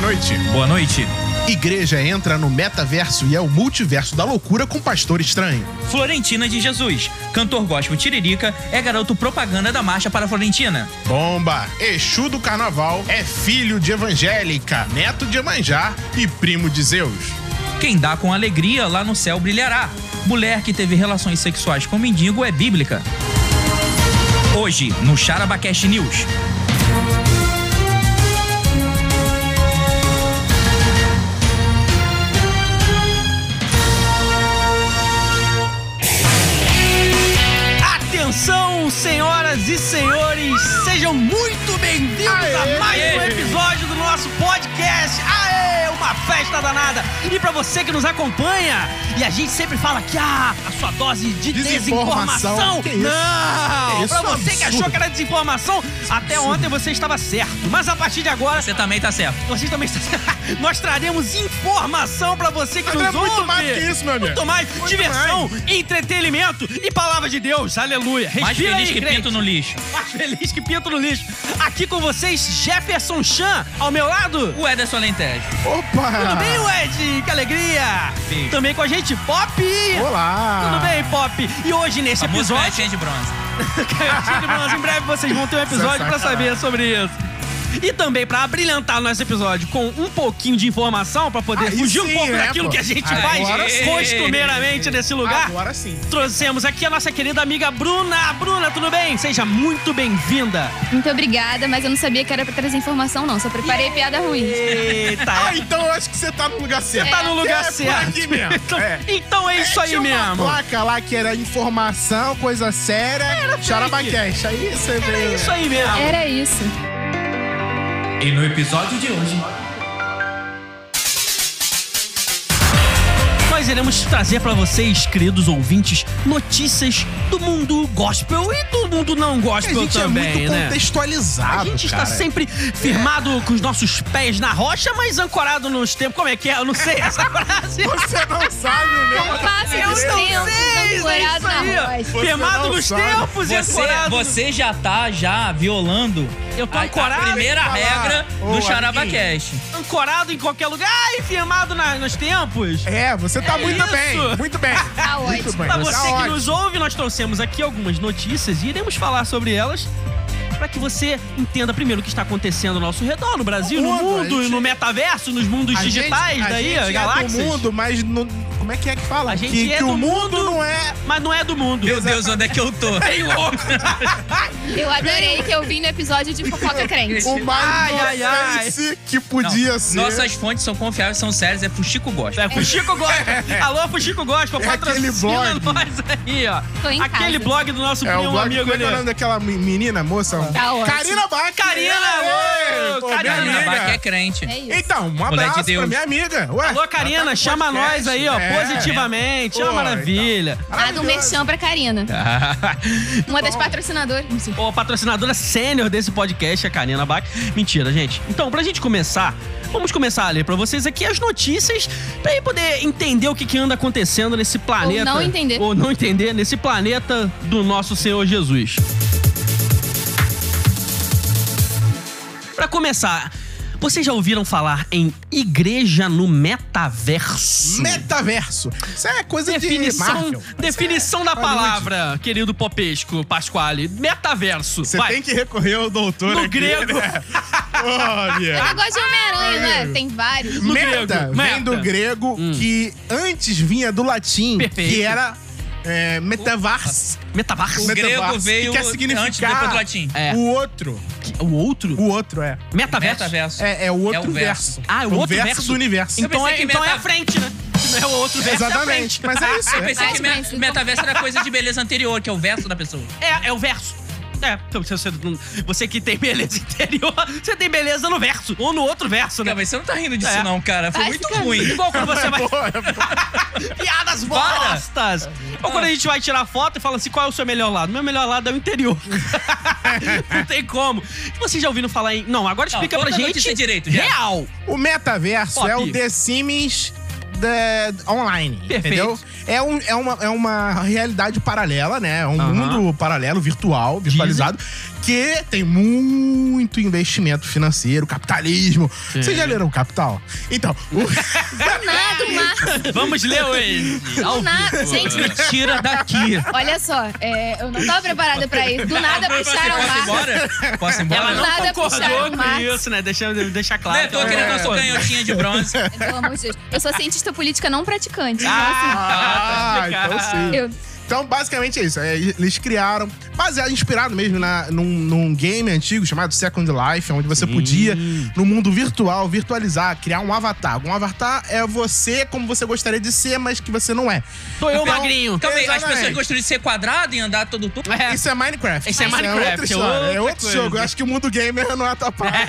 noite. Boa noite. Igreja entra no metaverso e é o multiverso da loucura com pastor estranho. Florentina de Jesus, cantor gospel Tiririca, é garoto propaganda da marcha para Florentina. Bomba! Exu do carnaval é filho de evangélica, neto de Emanjá e primo de Zeus. Quem dá com alegria lá no céu brilhará. Mulher que teve relações sexuais com mendigo é bíblica. Hoje, no Charabacast News. Atenção, senhoras e senhores, sejam muito bem-vindos a mais um aê. episódio do nosso podcast. Aê, uma festa danada. E pra você que nos acompanha, e a gente sempre fala que ah, a sua dose de Desinformação. desinformação. Que isso? Não, Que isso? pra você que Absurdo. achou que era desinformação, até ontem você estava certo. Mas a partir de agora, Você também tá certo. vocês também Nós traremos informação pra você que André, nos ouve. é muito mais que isso, meu amigo. Muito mais. Muito Diversão, entretenimento e palavra de Deus. Aleluia. Respira Mais feliz aí, que crente. pinto no lixo. Mais feliz que pinto no lixo. Aqui com vocês, Jefferson Chan, ao meu lado. O Ederson Alentejo. Opa! Tudo bem, Wed? Que alegria. Beijo. Também com a gente, Pop. Olá! Tudo bem, Pop? E hoje, nesse A música é episódio... cheia de bronze. Cantinho de Bronze. Em breve vocês vão ter um episódio pra saber sobre isso. E também pra abrilhantar nosso episódio com um pouquinho de informação pra poder Aí fugir sim, um pouco né, daquilo pô? que a gente Agora faz sim. costumeiramente nesse lugar. Agora sim. Trouxemos aqui a nossa querida amiga Bruna. Bruna, tudo bem? Seja muito bem-vinda. Muito obrigada, mas eu não sabia que era pra trazer informação, não. Só preparei piada ruim. Eita. Ah, então eu acho que você tá no lugar certo. Tá no lugar é certo. Por aqui mesmo. Então, É. então é isso aí Tinha uma mesmo. placa lá que era informação, coisa séria, charabaquete. Aí você É veio. isso aí mesmo. Era isso. E no episódio de hoje. Nós iremos trazer pra vocês, queridos ouvintes, notícias do mundo gospel e do mundo não A gospel gente também, é muito né? contextualizado, A gente cara. está sempre firmado com os nossos pés na rocha, mas ancorado nos tempos. Como é que é? Eu não sei essa frase. Você não sabe, né? Passe Eu não dos sei, é tempos, isso ancorado na aí. rocha. Você Firmado não nos sabe. tempos e Você, ancorado. você já tá já violando Eu tô a, a ancorado, primeira tem que falar. regra Ô, do Charabacast. Ancorado em qualquer lugar e firmado na- nos tempos. É, você tá É muito isso. bem, muito bem. Tá Muito ótimo. bem. Pra tá você que ótimo. nos ouve, nós trouxemos aqui algumas notícias e iremos falar sobre elas para que você entenda primeiro o que está acontecendo ao nosso redor, no Brasil, No no mundo, mundo, a gente- no metaverso, nos mundos A gente- digitais, a daí, gente galáxias. É do mundo, mas não- como é que é que fala? A gente que, é que do o mundo, não é. Mas não é do mundo. Meu Deus, onde é que eu tô? Eu adorei que eu vim no episódio de fofoca crente. O mais Ai, ai, ai. inocente que podia ser. Nossas fontes são confiáveis, são sérias, é Fuxico Gospel. É, Fuxico Gospel. Alô, Fuxico Gospel, É patrocina aquele blog. nós aí, ó. Tô em Aquele casa. blog do nosso é primo o blog, um amigo como é que é o ali. nome daquela me- menina, moça? Tá ótimo. Karina Bach. Karina, Ei, ô, pô, minha Karina Karina amiga. Bach é crente. É isso. Então, um Mulher de abraço pra Deus. minha amiga. Ué, Alô, ela tá Karina, no chama podcast. nós aí, ó, É. positivamente. É Pô, então. uma maravilha. Nada um merchan pra Karina. Tá. Uma das patrocinadoras. Não sei. Ó, a patrocinadora sênior desse podcast é a Karina Bach. Mentira, gente. Então, pra gente começar, vamos começar a ler pra vocês aqui as notícias pra aí poder entender o que, que anda acontecendo nesse planeta. não entender. Ou não entender, nesse planeta do nosso Senhor Jesus. Pra começar, vocês já ouviram falar em igreja no metaverso? Metaverso. Isso é coisa de Definição, Marvel. é, definição da palavra, querido Popesco Pasquale. Metaverso. Você Vai. tem que recorrer ao doutor No aqui, grego. né? Olha. Eu gosto de Homem-Aranha, não é? Tem vários. No Meta grego, vem meta. do grego que antes vinha do latim, Perfeito. que era é, metaverse. Metaverso? O grego Metaverso, veio que quer antes significar- depois do latim. É. O outro. O outro? O outro, é. Metaverso? Metaverso. É, é o outro verso. Ah, é o outro verso? do universo. Eu Então, pensei é, que então é meta- a frente, né? Não é o outro verso, Exatamente. é a Mas frente. é isso. Eu é. pensei Mais que me- conhecido como- metaverso era coisa de beleza anterior, que é o verso da pessoa. É, é o verso. É, então se você, você que tem beleza interior, você tem beleza no verso, ou no outro verso, né? Não, mas você não tá rindo disso, É. não, cara. Foi Tá muito ficando. ruim. Igual quando você vai... Boa, boa. Piadas Para. bostas! Ou quando a gente vai tirar foto e fala assim, qual é o seu melhor lado? Meu melhor lado é o interior. não tem como. Vocês já ouviram falar em... Não, agora Não, explica conta pra a notícia gente... direito, já. real. O metaverso Pop. é o The Sims da- online. Perfeito. Entendeu? É, um- é uma, é uma realidade paralela, né? É um Aham. mundo paralelo, virtual, virtualizado, que tem muito investimento financeiro, capitalismo. Vocês já leram Capital? Então, o- Nada, Marcos. Vamos ler hoje. Do nada. Gente, Tira daqui. olha só, é, eu não tava preparada pra isso. Do nada puxaram o Posso ir Marcos. embora? Posso ir embora? Ela Do não então. nada concordou puxaram o com Marcos. isso, né? Deixa, deixa claro. Né, tô querendo a sua canhotinha de bronze. É. Pelo amor de Deus. Eu sou cientista política não praticante. então, ah, então assim, sim. eu- Então, basicamente é isso. É, Eles criaram, baseado, inspirado mesmo na, num, num game antigo chamado Second Life, onde você podia, no mundo virtual, virtualizar, criar um avatar. Um avatar é você como você gostaria de ser, mas que você não é. Tô eu, magrinho. Calma aí, as Exatamente. pessoas gostam de ser quadrado e andar todo turno. É. Isso é Minecraft. Isso é É Minecraft, outra é história, é outra outro coisa. jogo. Eu acho que o mundo gamer não é a tua praia.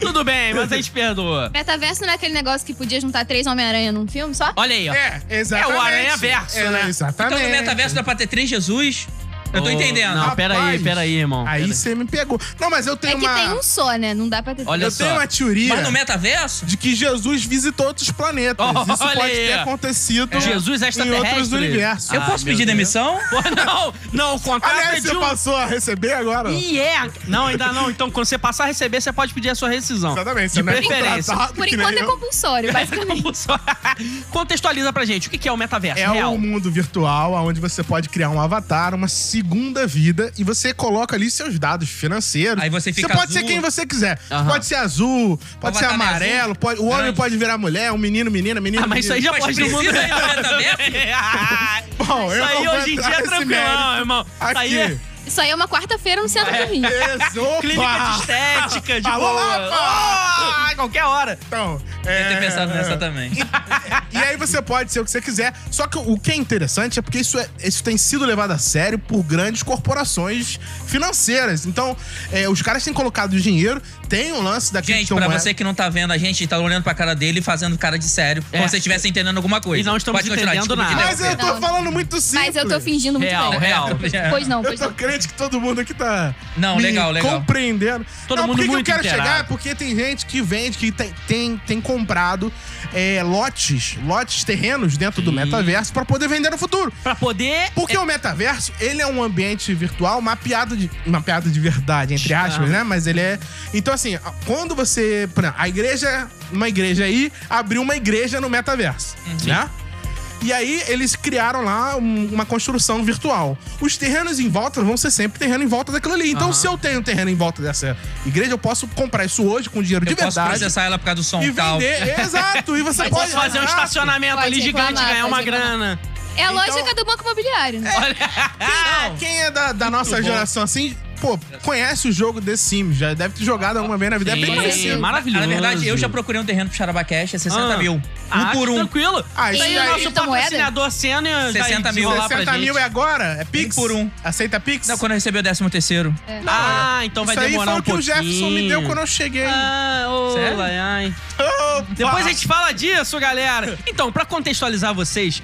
Tudo bem, mas a gente perdoa. Metaverso não é aquele negócio que podia juntar três Homem-Aranha num filme só? Olha aí, ó. É, exatamente. É o aranhaverso, É, né? Exatamente. Então no metaverso dá pra ter três Jesus? Eu tô Ô, entendendo. Não, pera aí, Rapaz, pera aí, irmão. Aí Pera você me pegou. Não, mas eu tenho É que uma... tem um só, né? Não dá pra ter. Olha eu só. tenho uma teoria Mas no metaverso? de que Jesus visitou outros planetas. Olha Isso pode aí, ter ó. acontecido Jesus em extraterrestre. outros universos. Eu Ah, posso meu pedir Deus. demissão? Pô, não, não, o contrato é Aliás, de você um... passou a receber agora? E é. Não, ainda não. Então, quando você passar a receber, você pode pedir a sua rescisão. Exatamente. De você não é preferência. contratado, Por que nem enquanto é eu. compulsório, basicamente. Contextualiza pra gente. O que que é o metaverso É real? um mundo virtual onde você pode criar um avatar, uma segunda vida, e você coloca ali seus dados financeiros. Aí você fica Você pode azul. ser quem você quiser. Aham. Pode ser azul, pode ser avatar não é amarelo, pode- o homem Grande. pode virar mulher, um menino, menina, menina. Ah, mas isso aí já Mas pode no mundo precisa ir no real. metaverso? Bom, eu Isso não aí vou hoje em entrar dia é nesse tranquilão, mérito. irmão. Isso aí é Aqui. Isso aí é uma quarta-feira no centro do Rio. Esse- Opa! clínica de estética, de Alô, boa. Lapa! Ah, qualquer hora. Então, Eu é... ter pensado nessa também. E aí você pode ser o que você quiser. Só que o que é interessante é porque isso, é- isso tem sido levado a sério por grandes corporações financeiras. Então, é, os caras têm colocado dinheiro, tem o lance da Gente, pra criptomoeda. você que não tá vendo a gente, tá olhando pra cara dele e fazendo cara de sério. É. Como se estivesse entendendo alguma coisa. E não estamos Pode continuar, entendendo desculpa te nada. Ah, Mas eu tô Não. falando muito simples. Mas eu tô fingindo muito Real, bem. real. Pois não, Eu pois tô não. crente que todo mundo aqui tá. Não, me legal, legal. Compreendendo. Todo não, mundo por que que muito eu quero inteirado. chegar? É Porque tem gente que vende, que tem, tem, tem comprado é, lotes, lotes, terrenos dentro do metaverso pra poder vender no futuro. Pra poder... Porque o metaverso, ele é um ambiente virtual mapeado de, mapeado de verdade, entre Tá. aspas, né? Mas ele é. Então, assim, quando você. por exemplo, A igreja, uma igreja aí, abriu uma igreja no metaverso, Uhum. né? E aí, eles criaram lá um- uma construção virtual. Os terrenos em volta vão ser sempre terreno em volta daquilo ali. Então, Aham. se eu tenho um terreno em volta dessa igreja, eu posso comprar isso hoje com dinheiro de Eu posso verdade. processar ela por causa do som E tal. vender. Exato. E você Eu pode Ah, posso fazer um Exato. estacionamento Pode ali gigante e reclamar, ganhar uma pode reclamar. grana. É a Então- lógica do banco imobiliário. né? Ah, quem é da, da nossa bom. geração assim, pô, conhece o jogo The Sims, já deve ter jogado alguma vez na vida, é bem Sim, parecido. maravilhoso. Ah, Na verdade, eu já procurei um terreno pro Xarabacash, é 60 Ah. mil. Um Ah, por um. Tranquilo. Ah, isso Daí o aí- nosso Criptomoeda? patrocinador Senna já 60 mil. desenrolar pra 60 mil gente. é agora? É Pix? por um. Aceita Pix? Não, quando eu recebi o 13 terceiro. Ah, então vai isso aí demorar foi um o que pouquinho. o Jefferson me deu quando eu cheguei. Oh, Ah, ô, Sério? ai, ai. Opa! Depois a gente fala disso, galera. Então, pra contextualizar vocês,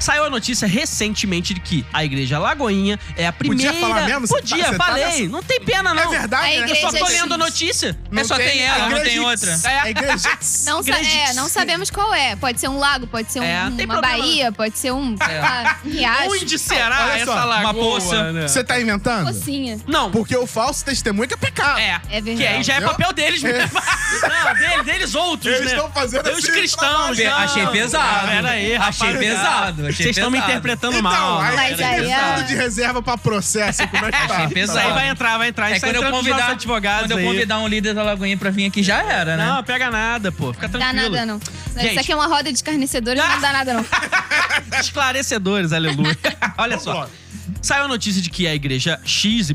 saiu a notícia recentemente de que a Igreja Lagoinha é a Podia primeira... falar mesmo? Você Podia, tá- você tá falei. nessa- Não tem pena, não. É verdade, A né? Eu só igreja tô é lendo a X. notícia. É, só tem ela, a não igreja tem X. outra. É a igreja X. Não, sa- é, Grandes- não sabemos qual é. Pode ser um lago, pode ser um- É, não tem uma problema. baía, pode ser um, sei lá, um riacho, Onde será Olha só, essa lagoa? uma poça. né? Você tá inventando? pocinha. Não, Porque o falso testemunho que é pecado. É. É verdade. Que aí já é Entendeu? É. papel deles mesmo. Não, deles, deles outros, Eles né? estão fazendo Deus assim, cristãos, Pe- não. achei pesado. Pera aí, rapaz. Achei pesado, achei Vocês estão me pesado. interpretando Então, mal. né? aí Mas tem aí é- fundo de reserva pra processo, como é que tá? Achei Isso aí pesado. vai entrar, vai entrar. É Isso aí quando eu entra nos nossos convidar, advogados quando eu aí. convidar um líder da Lagoinha pra vir aqui, já era, né? Não, pega nada, pô. Fica Dá é tranquilo. nada, não. Gente. Isso aqui é uma roda de escarnecedores, não dá nada, não. Esclarecedores, aleluia. Olha só. Saiu a notícia de que a igreja XYZ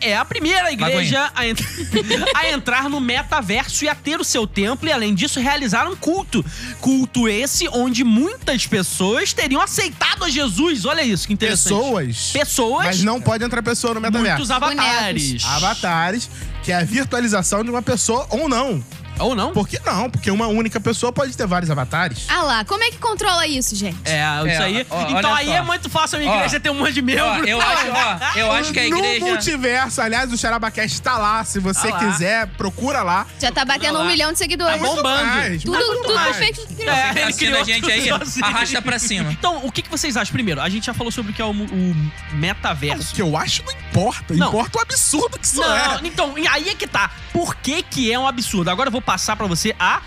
é a primeira igreja a, ent- a entrar no metaverso e a ter o seu templo e, além disso, realizar um culto. Culto esse onde muitas pessoas teriam aceitado a Jesus. Olha isso, que interessante. Pessoas. Pessoas, Mas não pode entrar pessoa é no metaverso. muitos avatares. avatares, que é a virtualização de uma pessoa ou não. Ou não? Por que não? Porque uma única pessoa pode ter vários avatares. Ah lá, como é que controla isso, gente? É, isso É, aí. ó, olha então aí só. é muito fácil a minha igreja Ó. ter um monte de membro. Ó, eu acho, ó, eu acho que a igreja. No multiverso, aliás, o Xarabacast tá lá. Se você Tá lá. quiser, procura lá. Já tá batendo lá. um milhão de seguidores. Tá bombando. mais, Tudo, muito tudo mais. feito. É. Tá Ele assistindo criou a gente tudo aí, sozinho. arrasta pra cima. Então, o que, que vocês acham? Primeiro, a gente já falou sobre o que é o, mu- o O metaverso. que eu acho não importa. Não. Importa o absurdo que isso Não, é. então, aí é que tá. Por que que é um absurdo? Agora eu vou passar pra você a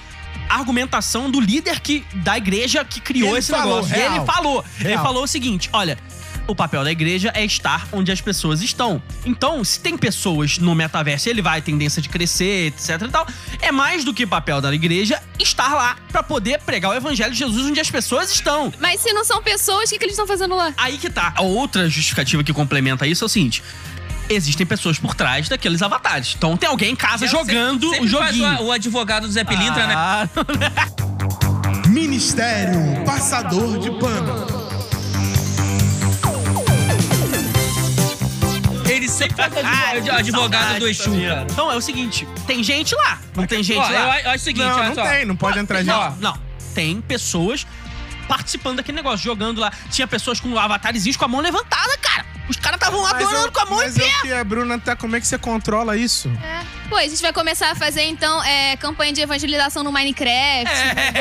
argumentação do líder que, da igreja que criou Ele esse falou, negócio. real. Ele falou. Ele Real. falou o seguinte, olha... O papel da igreja é estar onde as pessoas estão. Então, se tem pessoas no metaverso, ele vai tendência de crescer, etc e tal. É mais do que papel da igreja estar lá pra poder pregar o evangelho de Jesus onde as pessoas estão. Mas se não são pessoas, o que, que eles estão fazendo lá? Aí que tá. A outra justificativa que complementa isso é o seguinte. Existem pessoas por trás daqueles avatares. Então tem alguém em casa jogando Sempre o faz joguinho. o advogado do Zé Pilintra, né? Ah, Ministério Passador de Pano. Ele sempre faz o advogado, que advogado do saudade, Exu, cara. Então é o seguinte, tem gente lá. Não tem gente Ó, eu, lá. acho o seguinte, Não, olha não só. tem. Não pode entrar gente. Não, não. Tem pessoas participando daquele negócio, jogando lá. Tinha pessoas com avatarezinhos com a mão levantada, cara. Os caras estavam lá Mas adorando eu- com a mão em mas pé. eu que a Bruna tá, como é que você controla isso? Pô, a gente vai começar a fazer, então, é, campanha de evangelização no Minecraft. né,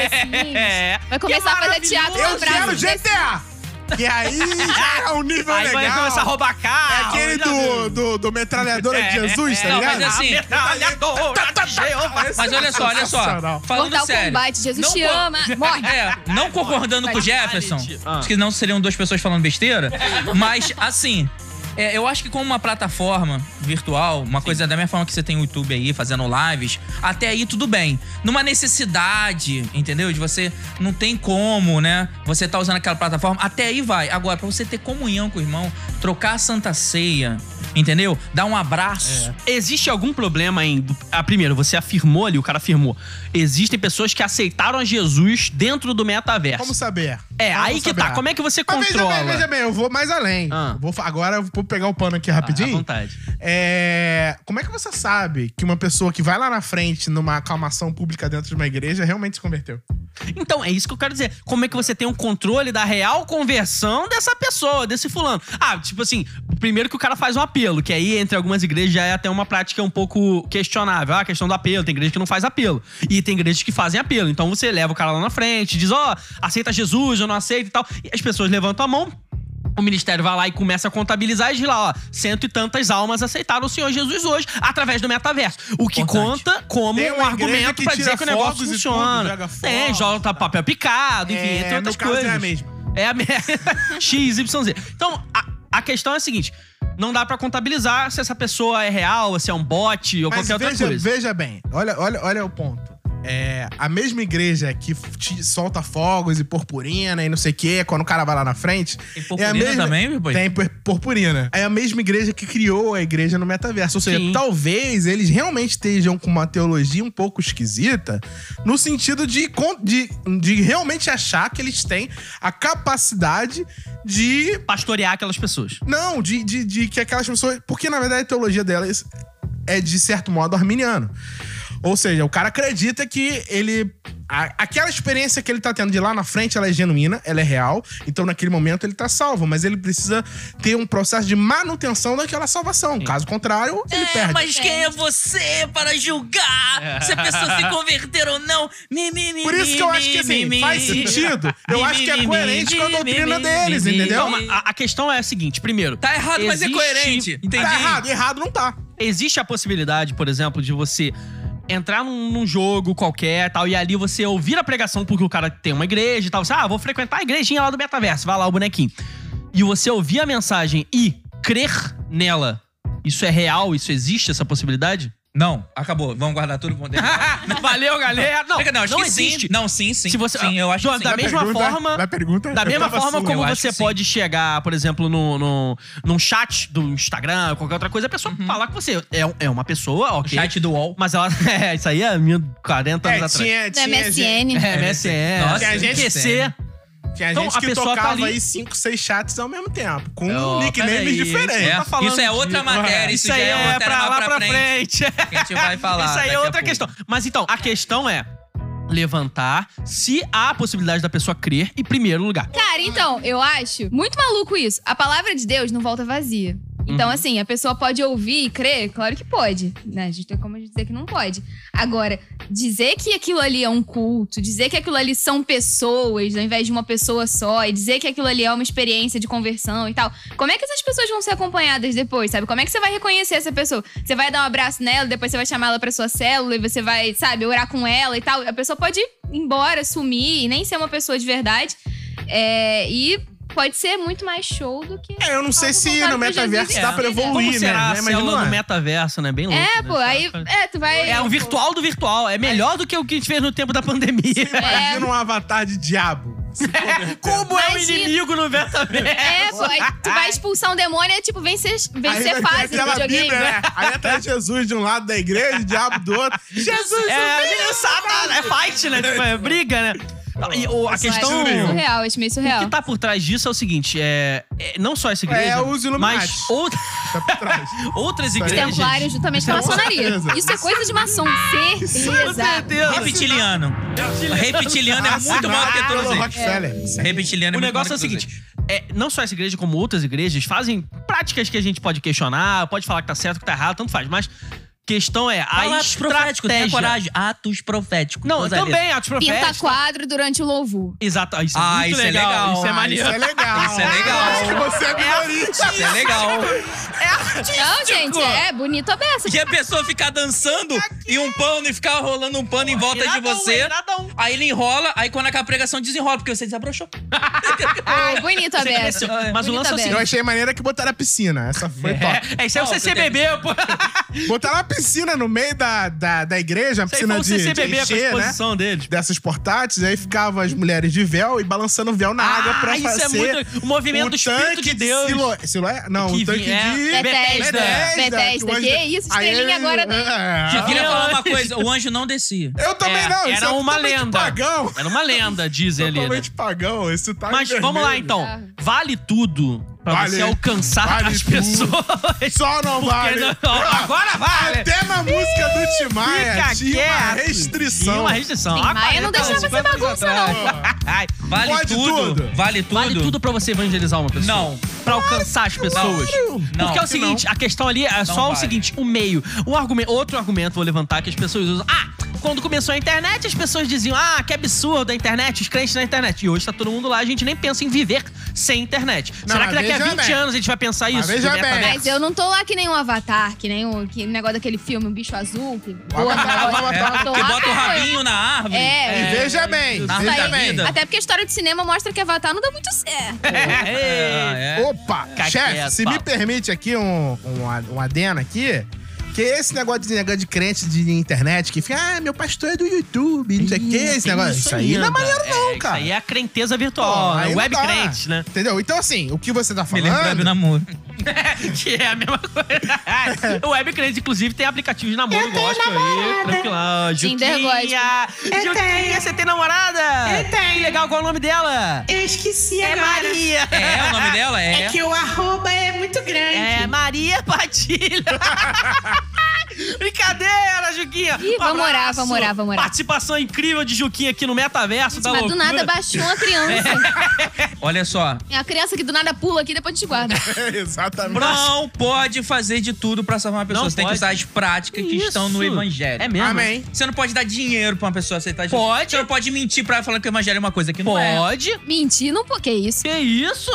assim. no The Sims. É. Vai começar Que a fazer maravilhoso. teatro Eu no Brasil. quero GTA! Que aí já é um nível Aí vai legal. começar a roubar né? É, É carro. aquele já viu. do, do, do metralhadora de Jesus, tá Não, ligado? mas assim, Metralhadora de Jeová. Mas olha só, olha só. Sensacional. Falando Mortal sério. Kombat, Jesus não te co- ama. Morre. É, não concordando com o Jefferson, Ah. que não seriam duas pessoas falando besteira, mas assim. é, eu acho que como uma plataforma virtual, uma coisa da mesma forma que você tem o YouTube aí fazendo lives, até aí tudo bem. Numa necessidade, entendeu? De você não tem como, né? Você tá usando aquela plataforma, até aí vai. Agora, pra você ter comunhão com o irmão, trocar a santa ceia, entendeu? Dar um É. abraço. Existe algum problema em. Ah, primeiro, você afirmou ali, o cara afirmou. Existem pessoas que aceitaram a Jesus dentro do metaverso. Como saber? é, Como aí que saber? tá. Como é que você Mas controla? Veja bem, veja bem, eu vou mais além. Ah. Vou, fa- agora eu vou pegar o pano aqui Ah, Tá, à rapidinho. vontade. É, como é que você sabe que uma pessoa que vai lá na frente numa aclamação pública dentro de uma igreja realmente se converteu? Então, é isso que eu quero dizer. Como é que você tem um controle da real conversão dessa pessoa, desse fulano? Ah, tipo assim, primeiro que o cara faz um apelo, que aí entre algumas igrejas já é até uma prática um pouco questionável. Ah, a questão do apelo, tem igreja que não faz apelo. E tem igrejas que fazem apelo. Então você leva o cara lá na frente, diz, ó, aceita Jesus, eu não aceito e tal. E as pessoas levantam a mão. O ministério vai lá e começa a contabilizar e diz lá, ó, cento e tantas almas aceitaram o Senhor Jesus hoje através do metaverso. O que Importante. conta como Tem um uma igreja argumento que pra dizer tira que o negócio fogos e tudo, funciona. joga Tem, fogos, joga tá, papel picado, enfim, É, entre outras no caso coisas. é a mesma. É a mesma. X, Y, Z. Então, a, a questão é a seguinte: não dá pra contabilizar se essa pessoa é real, se é um bot ou Mas qualquer outra veja, coisa. veja bem, olha, olha, olha o ponto. É, a mesma igreja que f- te solta fogos e purpurina e não sei o quê, quando o cara vai lá na frente. Tem purpurina também, meu boy? É Tem pur- purpurina. É a mesma igreja que criou a igreja no metaverso. Ou seja, Sim. talvez eles realmente estejam com uma teologia um pouco esquisita, no sentido de, con- de, de realmente achar que eles têm a capacidade de Pastorear aquelas pessoas. não, de, de, de que aquelas pessoas. Porque, na verdade, a teologia delas é, de certo modo, arminiano. Ou seja, o cara acredita que ele. a- aquela experiência que ele tá tendo de lá na frente, ela é genuína, ela é real. Então, naquele momento, ele tá salvo. Mas ele precisa ter um processo de manutenção daquela salvação. Caso contrário, ele perde. Mas quem é você para julgar se a pessoa se converter ou não? Mi, mi, mi, Por isso que eu acho que, assim, mi, mi, faz mi. sentido. Eu Mi, acho mi, que é mi, coerente mi, com a mi, doutrina mi, deles, mi, mi. entendeu? Então, A, a questão é a seguinte: primeiro. Tá errado, mas é existe- coerente. Entendi. Tá errado, errado não tá. Existe a possibilidade, por exemplo, de você entrar num, num jogo qualquer tal, e ali você ouvir a pregação porque o cara tem uma igreja e tal. Você, ah, vou frequentar a igrejinha lá do metaverso, vai lá o bonequinho. E você ouvir a mensagem e crer nela. Isso é real? Isso existe, essa possibilidade? Não, acabou. Vamos guardar tudo pro Valeu, galera! Não, Não, acho não que existe. sim. Não, sim, sim. Se você- sim, eu acho João, tá que sim. da mesma Pergunta- forma- Da, pergunta, Da eu mesma tava assim, forma surdo. como Eu acho você que sim. pode chegar, por exemplo, no, no, num chat do Instagram, qualquer outra coisa, a pessoa falar com você. É, um- é uma pessoa, ok. Chat do UOL. Mas ela. É, isso aí é 40 anos É, atrás. tinha, Da tinha gente- MSN. É, MSN. Nossa, Nossa, gente- QC. Tinha Então, gente a que pessoa tá tocava ali- aí cinco, seis chats ao mesmo tempo, com Ó, nicknames peraí, diferentes. É, tá falando isso é de- outra matéria, isso, Isso aí já é, uma é matéria pra mais lá pra frente. frente. que a gente vai falar. Isso aí daqui é a outra pouco. questão. Mas então, a questão é levantar se há a possibilidade da pessoa crer em primeiro lugar. É. Cara, então, eu acho muito maluco isso. A palavra de Deus não volta vazia. Então, assim, a pessoa pode ouvir e crer? Claro que pode, né? A gente tem como dizer que não pode. Agora, dizer que aquilo ali é um culto, dizer que aquilo ali são pessoas ao invés de uma pessoa só, e dizer que aquilo ali é uma experiência de conversão e tal, como é que essas pessoas vão ser acompanhadas depois, sabe? Como é que você vai reconhecer essa pessoa? Você vai dar um abraço nela, depois você vai chamar ela pra sua célula e você vai, sabe, orar com ela e tal. A pessoa pode ir embora, sumir, e nem ser uma pessoa de verdade. É, e pode ser muito mais show do que. É, eu não sei Algo se contrário no que Jesus metaverso disse, dá pra né? evoluir, Como né? será a Mas célula não é. no metaverso, né? Bem louco. É, né? pô, aí. É, tu vai. É o virtual do virtual. É melhor do que o que a gente fez no tempo da pandemia. Imagina um avatar de diabo. Se Como é o Imagina. inimigo no metaverso? É, pô, aí tu vai expulsar um demônio e é tipo vencer, vencer vai ter fase no aquela videogame. Bíblia, né? Aí entra Jesus de um lado da igreja, o diabo do outro. Jesus! É, Satanás, é fight, né? Tipo, é briga, né? E, o- a Isso Eu acho questão. é meio Surreal. é surreal, acho meio O surreal. que tá por trás disso é o seguinte: é, é não só essa igreja, É, os Illuminati. mas out- Tá por trás. outras Os igrejas. Templário juntamente com a Com maçonaria. certeza. é Isso é coisa de maçom, Com certeza. certeza. Reptiliano. Reptiliano é muito maior do que Assinado todos pelo eles. Rockefeller. Isso aí. Reptiliano é O muito negócio é o maior do que todos seguinte: é, não só essa igreja, como outras igrejas, fazem práticas que a gente pode questionar, pode falar que tá certo, que tá errado, tanto faz. Mas questão é a eles. Atos proféticos, tenha estratégia. coragem. Atos proféticos. Não, Rosalita. também atos Pinta proféticos. quadro durante o louvor. Exato, ah, isso é Ah, muito isso é legal. legal. Isso é Ah, Isso maneiro. é legal. Isso é legal. Acho que você é colorista. Isso é legal. Não, gente, é bonito a beça. Que a pessoa ficar dançando e um pano e ficar rolando um pano em volta de Iradão, você. é iradão. Aí ele enrola, aí quando acaba a pregação desenrola, porque você desabrochou. Ah. Ah, Ai, tipo, é bonito a Você beça. cresceu. Mas o lance é Bonita o bem. Eu seguinte. achei maneira que botaram a piscina. Essa foi top. É, é, isso é o Não, você CCBB, pô. Botaram a piscina no meio da, da, da igreja, a Isso aí foi piscina o de, de CCBB com a encher, né? exposição deles. Dessas portáteis, aí ficavam as mulheres de véu e balançando o véu na água pra isso é fazer muito. O movimento do Espírito de Deus. Silo, Siloé? Não, Que o tanque vinha- de... é, Bethesda. Bethesda. Bethesda, tipo, hoje- que isso? Aí Estrelinha ele- agora dentro. Eu É. queria Ah. falar uma coisa: o anjo não descia. Eu também É, não, isso era é uma totalmente lenda. pagão. Era uma lenda, diz ele. né? Totalmente pagão, esse tá Mas vamos lá então. Tá. Vale tudo pra Vale. você alcançar Vale as tudo. pessoas. Só não Porque vale. Ah, não- agora vale. Até na música do Tim Maia Fica tinha uma quieto. restrição. Tinha uma restrição. Tim Ah, Maia 40, não deixava ser 50 anos bagunça, atrás. Vale Pode tudo, tudo. Vale tudo. Vale tudo pra você Então, evangelizar uma pessoa. Não. Pra alcançar as pessoas. Não. Porque é o Não. seguinte, a questão ali é só o vale. seguinte, o meio. Um argumento, outro argumento vou levantar que as pessoas usam. Ah, quando começou a internet, as pessoas diziam: "Ah, que absurdo a internet, os crentes na internet". E hoje tá todo mundo lá, a gente nem pensa em viver sem internet. Não, Será mas que daqui a veja 20 bem. anos a gente vai pensar Mas isso? veja Do bem. metaverso? Mas eu não tô lá que nem um avatar, que nem o que, o negócio daquele filme, o bicho azul, que O voa Avatar, pra- o Avatar. Eu tô ah, Que lá bota o é. como eu. rabinho na árvore. E É, veja bem, Tá Na veja árvore da bem. vida. até porque a história de cinema mostra que Avatar não dá muito certo. Ah, É. é. Opa, Fica chefe, quieto, se me Paulo. permite aqui um, um, a- um adeno aqui. Que esse negócio de, negócio de crente de internet que fica, ah, meu pastor é do YouTube, não sei o que, esse negócio. Isso aí não é maneiro, não, Isso cara. aí é a crenteza Pô, virtual, né? aí não web dá. crente, né? Entendeu? Então, assim, o que você tá Me lembrando do falando. namoro. que é a mesma coisa. o web crente, inclusive, tem aplicativo de namoro gospel aí. Tranquilão. Tinder Juquinha. Juquinha, você tem namorada? Eu tenho. Que legal, qual é o nome dela? Eu esqueci É agora. Maria. É, o nome dela é. É que o arroba é muito grande. É Maria Padilha. Brincadeira, Juquinha. Um Ih, vamos abraço. orar, vamos orar, vamos orar. Participação incrível de Juquinha aqui no Metaverso da Mas do Tá loucura. nada baixou uma criança. Olha só. É a criança que do nada pula aqui e depois te guarda. Exatamente. Não pode fazer de tudo pra salvar uma pessoa. Não Você tem que pode. usar as práticas que Isso. estão no evangelho. É mesmo? Amém. Você não pode dar dinheiro pra uma pessoa aceitar Jesus. Pode. Você não pode mentir pra ela falando que o evangelho é uma coisa que não é. Pode. Mentir, não pô, que isso. Que isso?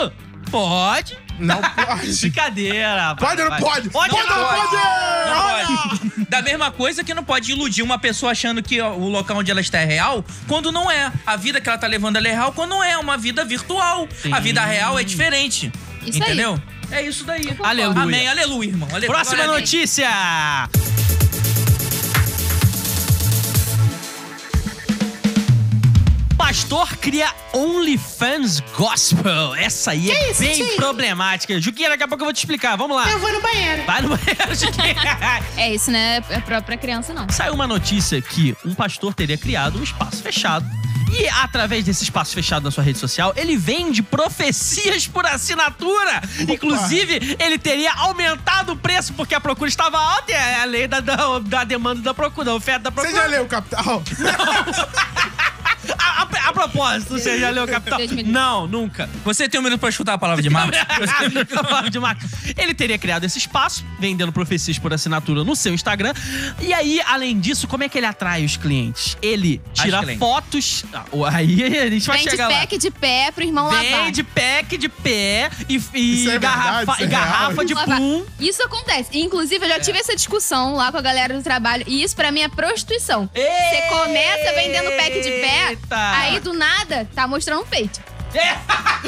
Pode. Não pode. Brincadeira. Pode ou não vai. pode? Pode ou pode ou não não pode? pode? Não pode. Da mesma coisa que não pode iludir uma pessoa achando que ó, o local onde ela está é real, quando não é. A vida que ela tá levando ela é real, quando não é. É uma vida virtual. Sim. A vida real é diferente. Isso aí. entendeu? É isso daí. Aleluia. Amém. Aleluia, irmão. Aleluia. é Próxima Glória a Deus. notícia! Pastor cria OnlyFans Gospel. Essa aí é isso, bem gente? problemática. Juquinha, daqui a pouco eu vou te explicar. Vamos lá. Eu vou no banheiro. Vai no banheiro, Juquinha. É isso, né? É própria criança, não. Saiu uma notícia que um pastor teria criado um espaço fechado. E E através desse espaço fechado na sua rede social, ele vende profecias por assinatura. Inclusive, ele teria aumentado o preço porque a procura estava alta. É a lei da, da, da demanda e da procura, da oferta da Você já procura. leu Capital? A, a- a propósito, você já leu Capital? Deus me livre. Não, nunca. Você tem um minuto pra chutar a palavra de Marcos? É. de marca. Ele teria criado esse espaço, vendendo profecias por assinatura no seu Instagram. E aí, além disso, como é que ele atrai os clientes? Ele As tira clientes. fotos. Ah, Aí a gente vai Vende chegar lá. pack de pé pro irmão lavar. Vende pack de pé e, e Isso é garrafa, verdade, isso é e garrafa real. de Lavar. pum. Isso acontece. Inclusive, eu É. já tive essa discussão lá com a galera do trabalho. E isso pra mim é prostituição. Você começa vendendo pack de pé, Eita. aí do nada tá mostrando o peito. É,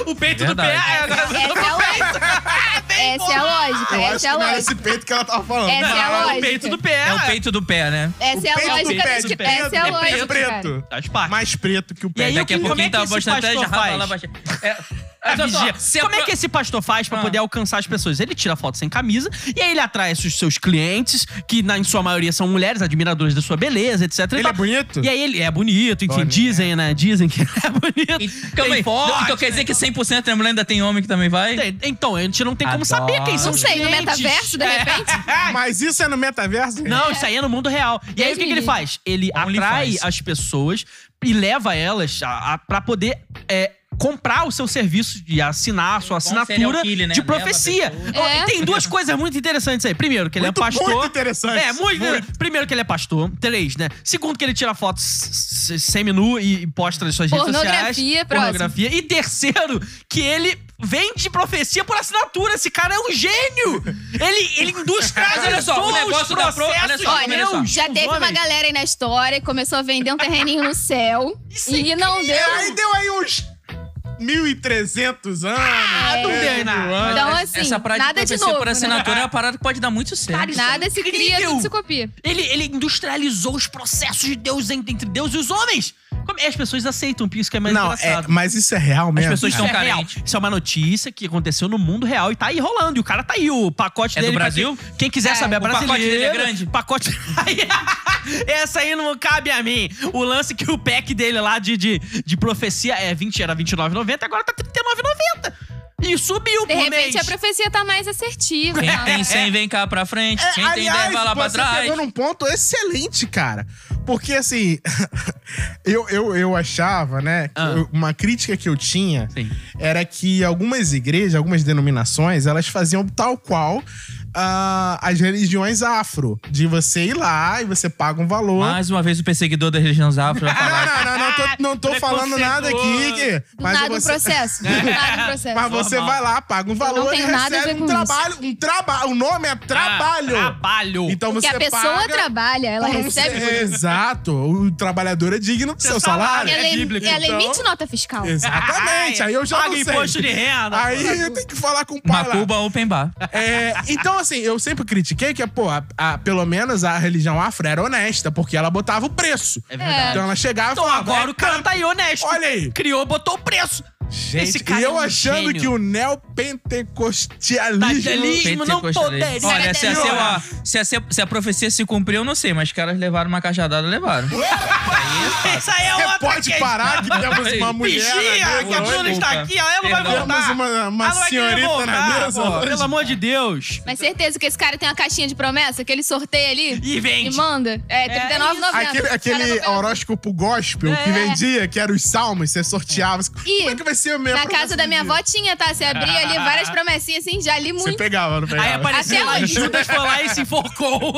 o peito Verdade. do pé. é, agora- Essa é a lógica. Essa é a lógica. Eu acho Essa é a que não era lógica. esse peito que ela tava falando. Essa é a Não, lógica. o peito do pé. É o peito do pé, né? O Essa é peito a do lógica. pé, desse- de Essa é a preto, lógica. cara. preto. Faz parte. Mais preto que o E pé. aí, Daqui a como é pouquinho que tá esse mostrando até pastor jarrafa faz? lá baixo. É, A olha só, vigia. se a Como é pro- que esse pastor faz pra Ah. poder alcançar as pessoas? Ele tira foto sem camisa e aí ele atrai os seus clientes, que na, em sua maioria são mulheres, admiradoras da sua beleza, etc. e Ele tal. é bonito? E aí ele é bonito, enfim, Boninho, dizem, né? Dizem que ele é bonito. Calma aí. foto, então quer dizer que 100% da mulher ainda tem homem que também vai? Tem- Então, a gente não tem como Adoro. saber quem são Não os sei, no clientes. metaverso, de É. repente. Mas isso é no metaverso? Não, isso aí é no mundo real. E aí Deus o que, me que ele livre. faz? Ele Only atrai faz. as pessoas e leva elas a, a, pra poder. é, comprar o seu serviço e assinar a sua Bom serial assinatura killer, né? de Leva a profecia. pessoa. E É. tem duas coisas muito interessantes aí. Primeiro, que ele Muito, é pastor. muito interessante. É, muito, Primeiro que ele é pastor. Três, né? Segundo que ele tira fotos s- s- semi-nu e e posta nas suas redes Pornografia, sociais. próximo. Pornografia. E terceiro, que ele vende profecia por assinatura. Esse cara é um gênio! ele, ele industrializou Mas olha só, o negócio da pro- É olha assim, processos só, de olha só. Deus Já com teve os uma homens. galera aí na história que começou a vender um terreninho no céu. Isso é E não É, deu. aí deu aí uns 1.300 anos. Ah, não deu nada. anos. Então, Mas assim, essa prática nada de profecia novo, por né? assinatura é uma parada que pode dar muito certo. Nada se cria, incrível. tudo se copia. Ele, ele industrializou os processos de Deus entre, entre Deus e os homens. Como- é, As pessoas aceitam, por isso que é mais Não, engraçado. é, mas isso é real mesmo. pessoas cara? estão Isso é real. carentes. Isso é uma notícia que aconteceu no mundo real e tá aí rolando. E o cara tá aí, o pacote É do dele. pra Brasil? Quem, quem quiser É. saber, é O pacote brasileiro. dele é grande? Pacote... Essa aí não cabe a mim. O lance que o pack dele lá de, de, de profecia é 20, era 29,90, agora tá 39,90. E subiu De é por repente, mês. a profecia tá mais assertiva. Quem tá? tem 100 vem cá pra frente, É, quem tem 10 vai lá pra você trás. pegou num ponto excelente, cara. Porque, assim, eu, eu, eu achava, né? que Ah. eu- uma crítica que eu tinha Sim. era que algumas igrejas, algumas denominações, elas faziam tal qual ah, as religiões afro. De você ir lá e você paga um valor. Ah, Mais uma vez o perseguidor da religião afro Não, vai falar. não, não, não tô, não tô falando nada aqui. que- Do mas nada um você, É. processo. Do nada um processo. mas você vai lá, paga um valor e tenho nada a recebe ver um com isso. trabalho. Um trabalho. O nome é trabalho. Ah, trabalho. Então Porque você a pessoa paga trabalha, ela por um recebe. ser- Exato. O trabalhador é digno do Seu seu salário. salário. Ela, é bíblico, ela então. emite nota fiscal. Exatamente. Aí eu já Paga não sei. imposto de renda. Aí eu tenho que falar com o pai lá. Macuba Open Bar. É, então, assim, eu sempre critiquei que, pô, a- a- pelo menos a religião afro era honesta, porque ela botava o preço. É verdade. Então ela chegava Então e falava, agora o cara tá aí honesto. Olha aí. Criou, botou o preço. Gente, Esse cara e eu é um achando gênio. Tá que o neopentecostalismo... Tadalismo não Pentecostalês. poderia. Olha, se a, ter se, a, piorado. se, a, se, a, se a profecia se cumpriu, eu não sei, mas os caras levaram uma cajadada, levaram. Isso aí é Você outra pode questão. parar que temos uma mulher na Vigia, que mesa a hoje. Bruna está aqui, ó, ela não vai Perdão. voltar. Temos uma, uma Ela vai querer senhorita na voltar, mesa pô. hoje. Pelo amor de Deus. Mas certeza que esse cara tem uma caixinha de promessa, que ele sorteia ali E e vende. manda. É, R$39,90. Aquele, aquele Cara, horóscopo gospel que tá- É. vendia, que era os salmos, você sorteava. E Como é que vai ser o meu? Na casa da minha avó tinha, tá? Você abria ali várias promessinhas assim, já li Você muito. pegava, não pegava? Aí apareceu Até lá, hoje. Judas foi lá e se enforcou.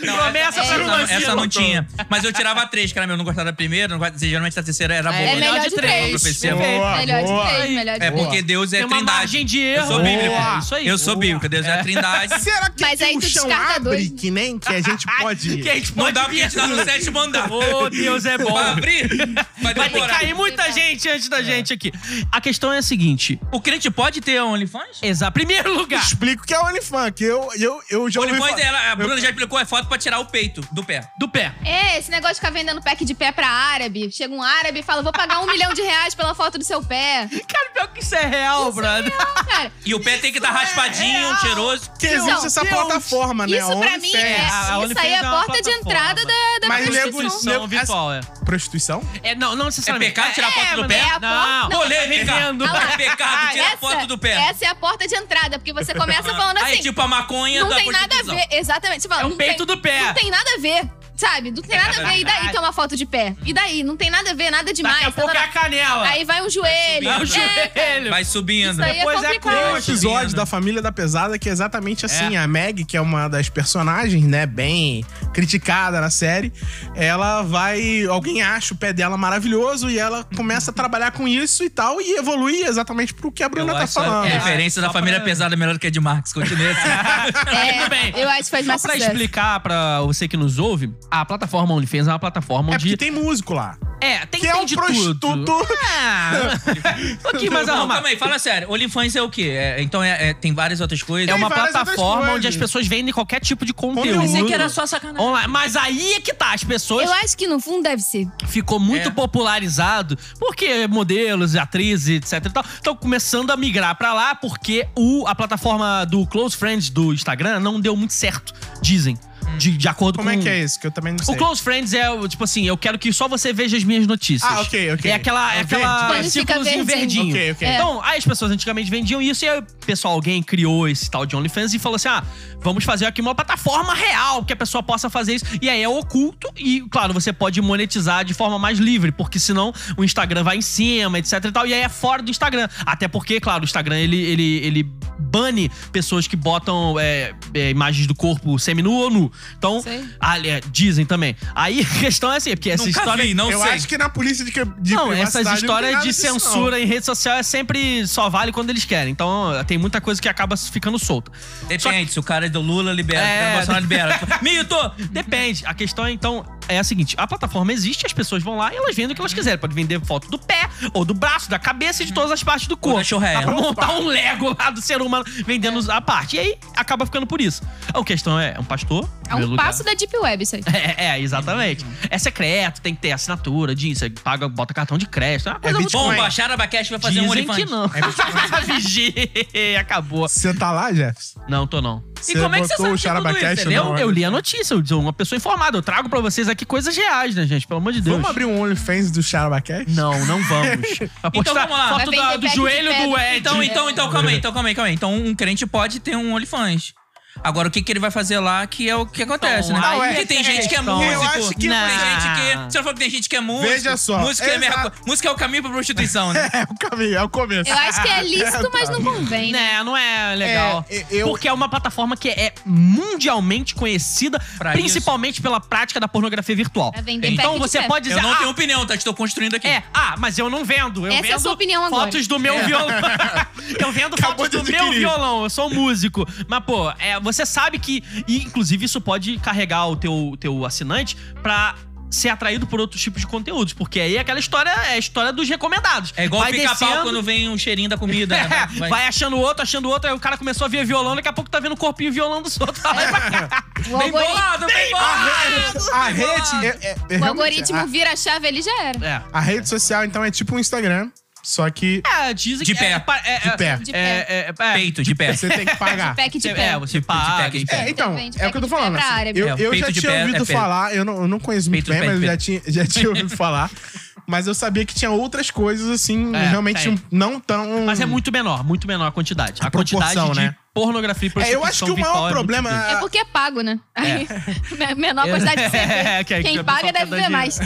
Promessa essa, pra não, você. essa não tinha. Mas eu tirava três, cara, meu, não gostava da primeira, não gostava, assim, geralmente da terceira era boa. É melhor de três. Profecia. Boa, Perfeito. Melhor boa. de três, melhor de É três. porque Deus é Tem uma trindade. margem de Eu erro. sou bíblico. Boa. Isso aí. Eu sou Boa. bíblico, Deus é a trindade. Será que Mas aí o tu chão descarta abre dois. que nem que a gente pode... Que é. a gente Não pode dá pra gente vir. dar no sétimo andar. Ô, Deus é bom. Pra abrir, vai Vai ter que demorar. cair muita gente antes da gente aqui. A questão é a seguinte. O crente pode ter OnlyFans? Exa, primeiro lugar. Explico que é OnlyFans, que eu, eu, eu já ouvi OnlyFans, falar- ela, a Bruna já explicou, é foto pra tirar o peito do pé. Do pé. É, esse negócio de ficar vendendo pack de pé pra árabe. Chega um árabe e fala: vou pagar um milhão de reais pela foto do seu pé. Cara, pior que isso é real, brother. Cara, E o pé tem que estar é raspadinho, cheiroso. Que existe Então, essa Deus. plataforma, né? isso pra mim é. OnlyFans. A Isso aí é OnlyFans é a uma porta de plataforma. entrada da, da Mas nego- prostituição. nego- Prostituição virtual, é. Prostituição? É, não, não necessariamente. É pecado tirar foto do mas pé? É a Não, porta- Não, olhei, vem cá. Entendo. É pecado, tira foto do pé. Essa é a porta de entrada, porque você começa falando assim. Aí, tipo a maconha não da tem nada a prostituição. ver. Exatamente. Você fala, É o não peito tem, do pé. Não tem nada a ver. Sabe? Não tem nada a ver. E daí ter uma foto de pé? E daí? Não tem nada a ver, nada demais. Daqui a tá, pouco tá, é tá. a canela. Aí vai um joelho. É o É, joelho. Vai subindo. Isso aí é Depois é complicado. Tem um Poxa episódio vida. da Família da Pesada que é exatamente assim. A Meg, que é uma das personagens, né, bem criticada na série, ela vai. Alguém acha o pé dela maravilhoso e ela começa a trabalhar com isso e tal, e evolui exatamente pro que a Bruna tá acho É, a é falando. é referência Só da família pra- pesada é melhor do que a de Marx. Continua assim. É, tá Tudo bem. Eu acho que faz Só mais pra sucesso. explicar pra você que nos ouve, a plataforma OnlyFans é uma plataforma É onde... porque tem músico lá. É, tem Que é tem um de prostituto. tudo. Ah, o que mais Não, arrumar? calma aí, fala sério. OnlyFans é o quê? É, então é- é- tem várias outras coisas. É uma várias outras plataforma coisas. onde as pessoas vendem qualquer tipo de conteúdo. Conteúdo. Pensei que era só sacanagem. Online. Mas aí é que tá, as pessoas Eu acho que no fundo deve ser. ficou muito É. popularizado porque modelos, atrizes, etc e tal, estão começando a migrar pra lá porque o, a plataforma do Close Friends do Instagram não deu muito certo, dizem. De, de acordo Como com é que é isso? Que eu também não sei. O Close Friends é, o, tipo assim, eu quero que só você veja as minhas notícias. Ah, ok, ok. É aquela, é É aquela verde. Quando fica círculozinho verdinho. verdinho. Ok, ok. É. Então, aí as pessoas antigamente vendiam isso e aí, pessoal, alguém criou esse tal de OnlyFans e falou assim, ah, vamos fazer aqui uma plataforma real que a pessoa possa fazer isso. E aí é oculto e, claro, você pode monetizar de forma mais livre, porque senão o Instagram vai em cima, etc e tal, e aí é fora do Instagram. Até porque, claro, o Instagram, ele, ele, ele bane pessoas que botam é, é, imagens do corpo seminu ou nu. Então, Sei. ali- é, dizem também. Aí a questão é assim, porque essa Nunca história... vi, não eu sei. acho que na polícia de, que- de Não, privacidade essas não tem histórias nada de disso, não. censura em rede social é sempre só vale quando eles querem. Então tem muita coisa que acaba ficando solta. Depende, se o cara é do Lula, libera. Se o É. cara é do Bolsonaro, libera. Mito! Depende. A questão, então, é a seguinte: a plataforma existe, as pessoas vão lá e elas vendem o que elas quiserem. Pode vender foto do pé, ou do braço, da cabeça e de todas as partes do corpo. da churreia. Dá pra montar um Lego lá do ser humano vendendo a parte. E aí acaba ficando por isso. A questão é: é um pastor. em É um primeiro lugar. passo da Deep Web isso aí. É, é, exatamente. É secreto, tem que ter assinatura, disso, você paga, bota cartão de crédito. É uma coisa muito Bom, Bitcoin. Bachar Abacaxi vai fazer Dizem um OnlyFans. que não. É Bitcoin. Vigiei, acabou. Você tá lá, Jeffs? Não, tô não. Você como é que você botou sabe o de Charaba tudo isso, Cash ou entendeu? não? Eu li a notícia, eu sou uma pessoa informada. Eu trago pra vocês aqui coisas reais, né, gente? Pelo amor de Deus. Vamos abrir um OnlyFans do Charaba Cash? Não, não vamos. Vai postar Então vamos lá. foto Vai da- vender do pack de joelho do pedra. Ed. Então, então, então, calma aí, então, calma aí, calma aí. Então, um crente pode ter um OnlyFans. Agora, o que, que ele vai fazer lá que é o que acontece, Então, né? aí Porque tem é gente que é questão. músico. Eu acho que tem não. gente que. Você falou que tem gente que é músico. Veja só, Música é, a mesma exato. coisa. música é o caminho pra prostituição, né? É o caminho, é tá. o começo. Eu acho que é lícito, mas não convém. né? Né, não é legal. É, eu- Porque é uma plataforma que é mundialmente conhecida, Pra principalmente pela prática da pornografia virtual. Pra vender então pack de você pé. pode dizer, Eu não ah, tenho opinião, tá? Estou construindo aqui. É, ah, mas eu não vendo. Eu Essa é vendo a sua opinião agora. fotos do É. meu violão. eu vendo Acabou fotos do de meu adquirir. violão, eu sou um músico. Mas, pô, é, você sabe que. E, inclusive, isso pode carregar o teu, teu assinante pra. Ser atraído por outros tipos de conteúdos, porque aí aquela história é a história dos recomendados. É igual Vai pica-pau descendo- quando vem um cheirinho da comida. né? É, vai. achando outro, achando outro, aí o cara começou a ver violão, daqui a pouco tá vendo o corpinho violão dos outros. Tá lá e pra cá. O, Bem algori- bolado, bem bolado! A rede. é- é- é o realmente- algoritmo vira a chave, ele já era. É. A, a rede social, então, é tipo um Instagram, só que É, dizem De que pé. É, pa- é, de é, pé. De pé. é, é, é, Peito de pé. Você tem que pagar. Pack de Você- pé. É, você De- de pé, paga. de enfim. pé. É, então, Depende, é o que eu tô de pé falando. pra área. Eu, É, o eu peito já de tinha pé é ouvido pé. falar, eu não, eu não conheço muito Peito de bem, pé, mas de eu já pé. tinha, já tinha ouvido falar. Mas eu sabia que tinha outras coisas, assim, É, realmente tem. não tão. Mas é muito menor, muito menor a quantidade. A, A quantidade proporção, de né? pornografia e É, eu prostituição acho que o virtual maior é muito problema. grande. É porque é pago, né? Aí, menor quantidade de É, que- cerveja. que a Quem pessoa paga quer deve dar ver dinheiro. mais.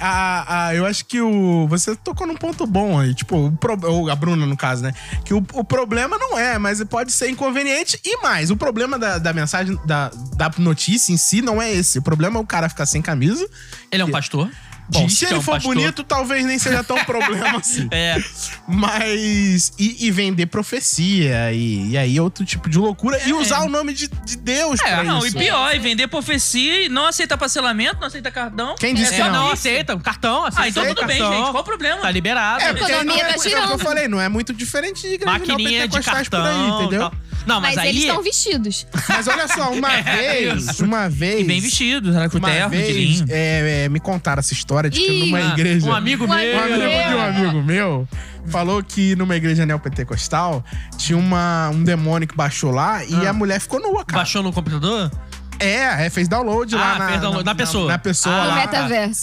a, a- eu acho que o. Você tocou num ponto bom aí. Tipo, o pro- ou a Bruna, no caso, né? Que o, o problema não é, mas pode ser inconveniente. E mais, o problema da, da mensagem, da, da notícia em si não é esse. O problema é o cara ficar sem camisa. Ele é um pastor? Bom, Diz se que é ele um for pastor. bonito, talvez nem seja tão problema assim. É. Mas. E, e vender profecia. E, e aí, outro tipo de loucura. É. E usar o nome de, de Deus É, pra não, isso. e pior, é vender profecia e não aceitar parcelamento, não aceita cartão. Quem disse É, que Só não? é não aceita, um cartão, aceita. Ah, então Aceita tudo bem, cartão. gente. Qual o problema? Tá liberado. É, porque não Economia é, tá é o que eu girando. falei, não é muito diferente de igreja não Maquininha de pentecostais cartão. por aí, entendeu? tal. Não, mas, Mas, eles aí. estão vestidos. Mas olha só, uma É vez, uma vez. E bem vestido, né, era com uma terno, de vez, linho. é, é, me contaram essa história de que Ih, numa igreja. Um amigo Um meu. Um amigo de um Meu. amigo meu falou que numa igreja neopentecostal tinha uma, um demônio que baixou lá e Ah. a mulher ficou nua, cara. Baixou no computador? É, é, fez download lá Ah, na, fez download na pessoa. Na pessoa Ah, no lá. metaverso.